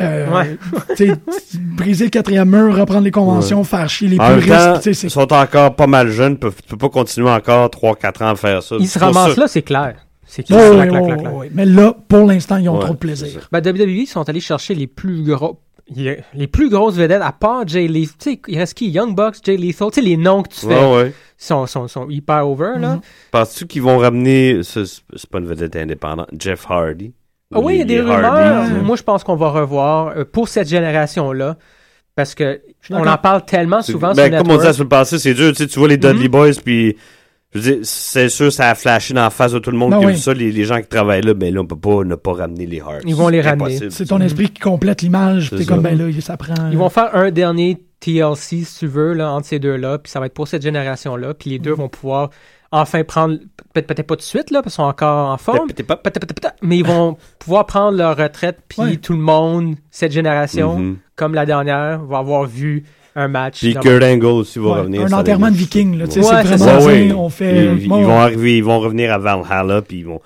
B: euh,
C: Ouais.
B: tu sais, briser le quatrième mur, reprendre les conventions, faire chier les
E: En même
B: puristes.
E: temps,
B: tu sais, c'est-
E: ils sont encore pas mal jeunes, peuvent, tu peux pas continuer encore 3-4 ans à faire ça.
C: Ils se
E: C'est pour
C: ramassent
E: ça-
C: là, c'est clair. C'est
B: Ouais,
C: clair.
B: ouais,
C: clac, clac,
B: ouais,
C: clac, clac.
B: ouais, ouais. Mais là, pour l'instant, ils ont
E: Ouais,
B: trop de
E: c'est ça.
B: plaisir.
C: Ben, WWE, ils sont allés chercher les plus gros. Les les plus grosses vedettes, à part Jay Lethal. Tu sais, il reste qui Young Bucks, Jay Lethal. Tu sais, les noms que tu fais
E: Ouais, ouais.
C: sont, sont, sont hyper over, là.
B: Mm-hmm.
E: Penses-tu qu'ils vont ramener, ça, c'est c'est pas une vedette indépendante, Jeff Hardy?
C: Ah oui, il y a
E: Les
C: des rumeurs.
E: Hardys, hein.
C: Moi, je pense qu'on va revoir euh, pour cette génération-là. Parce que
B: suis
C: on
B: d'accord.
C: en parle tellement
E: C'est-
C: souvent
E: ben,
C: sur
E: comme on disait la
C: Network.
E: semaine passée, c'est dur. Tu, sais, tu vois les
B: Mm-hmm.
E: Dudley Boys, puis je veux dire, c'est sûr, ça a flashé dans la face de tout le monde
B: Ben
E: qui a
B: oui.
E: vu ça, les, les gens qui travaillent là, mais là, on peut pas ne pas ramener les Hardys.
C: Ils vont les
E: C'est
C: ramener.
E: impossible.
B: C'est ton esprit qui complète l'image.
E: Mm-hmm. C'est
B: puis T'es
E: ça.
B: comme, ben là, ça prend.
C: Ils vont faire un dernier TLC, si tu veux, là, entre ces deux-là. Puis ça va être pour cette génération-là. Puis les deux vont pouvoir enfin prendre. peut- Peut-être pas tout de suite, là, parce qu'ils sont encore en forme.
E: T'es- t'es pas-
C: Peut-être, peut-être, peut-être, mais ils vont pouvoir prendre leur retraite, puis
B: Ouais.
C: tout le monde, cette
B: Mm-hmm.
C: génération,
E: Mhm.
C: comme la dernière, va avoir vu un match.
E: Puis
C: dans-
E: Kurt Angle aussi va
B: Ouais,
E: revenir.
B: un
E: ça va
B: enterrement
E: être-
B: de vikings, là, tu sais,
E: Ouais.
C: Ouais,
B: c'est
C: c'est
B: vraiment
E: Ouais,
B: ça,
E: ouais.
B: on fait.
E: Ils, ils
B: bon,
E: vont arriver, ils vont revenir à Valhalla, puis ils vont,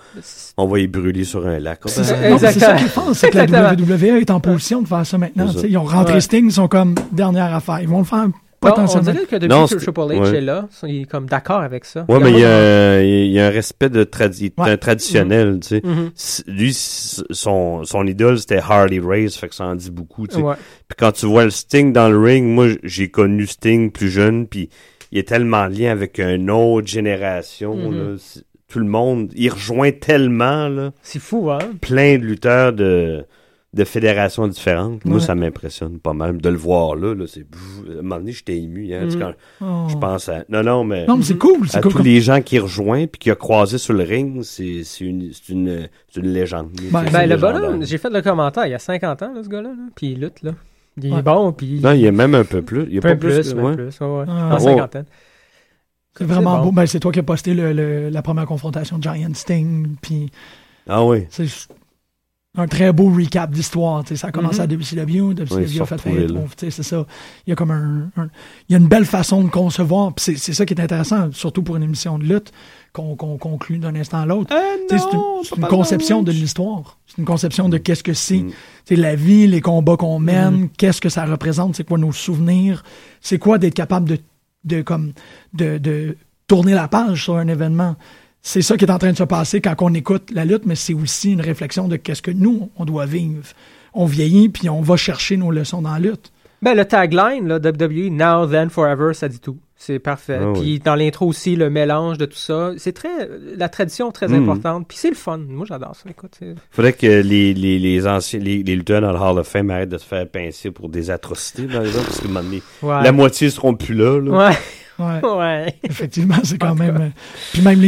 E: on va les brûler sur un lac.
B: C'est ça,
C: Ouais,
B: non, c'est ça
C: exactement.
B: qu'ils font, c'est que la
C: Exactement.
B: WWE est en position de faire ça maintenant.
E: C'est ça.
B: tu sais, Ils ont rentré
C: Ouais.
B: Sting, ils sont comme dernière affaire. Ils vont le faire
C: Bon, on
B: potentiellement.
C: dirait que depuis
E: Non,
C: que
E: c'est-
C: Triple H
E: ouais.
C: est là, il est comme d'accord avec ça.
E: Ouais, mais
C: pas
E: il y,
C: de-
E: a, il y a un respect de tradi-
B: Ouais. Mm-hmm.
E: tra- traditionnel, tu sais.
C: Mhm.
E: S- Lui, s- son, son idole, c'était Harley Race, fait que ça en dit beaucoup, tu sais.
C: Ouais.
E: Puis quand tu vois le Sting dans le ring, moi, j- j'ai connu Sting plus jeune, puis il est tellement en lien avec une autre génération,
C: Mhm.
E: là. C'est- Tout le monde, il rejoint tellement, là,
C: C'est fou, hein?
E: plein de lutteurs de, de fédérations différentes. Moi,
B: Ouais.
E: ça m'impressionne pas mal de le voir là. là c'est... À un moment donné, j'étais ému, hein, tu sais,
C: Mhm.
E: quand
B: Oh.
E: je pense à... Non, non, mais...
B: Non, mais c'est cool.
E: à
B: C'est cool.
E: tous
B: comme-
E: les gens qui rejoignent puis qui a croisé sur le ring, c'est c'est une, c'est une, c'est une légende.
B: Ben, ben,
E: C'est-
C: Ben,
E: c'est
C: le
E: légendaire.
C: bonhomme, j'ai fait le commentaire, il y a 50 ans, là, ce gars-là, là, puis il lutte, là. Il est
B: Ouais.
C: bon, puis
E: Non, il est même un peu plus. Il est
C: peu
E: pas
C: plus,
E: plus.
C: même
E: ouais.
C: plus, ouais, ouais.
B: Ah,
C: en
B: ouais.
C: cinquantaine.
B: C'est vraiment
C: bon.
B: beau. Ben, c'est toi qui as posté le- le- la première confrontation de Giant Sting. Puis,
E: Ah oui.
B: c'est- un très beau recap d'histoire. tu sais. Ça a commencé à WCW,
E: Ouais, ils
B: WCW a
E: se
B: fait
E: sont retrouvés,
B: faillite,
E: là.
B: bon, tu sais, c'est ça. Il y a comme un, un- il y a une belle façon de concevoir, puis c'est c'est ça qui est intéressant, surtout pour une émission de lutte qu'on qu'on conclut d'un instant à l'autre. Tu sais, c'est une, c'est une conception de l'histoire. C'est une conception de qu'est-ce que c'est. C'est la vie, les combats qu'on mène, qu'est-ce que ça représente, c'est quoi nos souvenirs, c'est quoi d'être capable de, de, comme, de, de tourner la page sur un événement. C'est ça qui est en train de se passer quand on écoute la lutte, mais c'est aussi une réflexion de qu'est-ce que nous, on doit vivre. On vieillit, puis on va chercher nos leçons dans la lutte.
C: Ben, le tagline, là, WWE, Now, Then, Forever, ça dit tout. C'est parfait.
E: Ah oui.
C: Puis dans l'intro aussi, le mélange de tout ça. C'est très. La tradition très
B: Hmm.
E: Mhm.
C: importante. Puis c'est le fun. Moi, j'adore ça. Écoute, c'est-
E: Faudrait que les, les, les anciens, les, les lutteurs dans le Hall of Fame arrêtent de se faire pincer pour des atrocités, par exemple, parce que un moment donné,
C: Ouais.
E: la moitié seront plus là. là.
C: Ouais,
B: Ouais,
C: ouais.
B: effectivement, c'est quand
C: En tout
B: même.
C: cas.
B: euh, Puis même les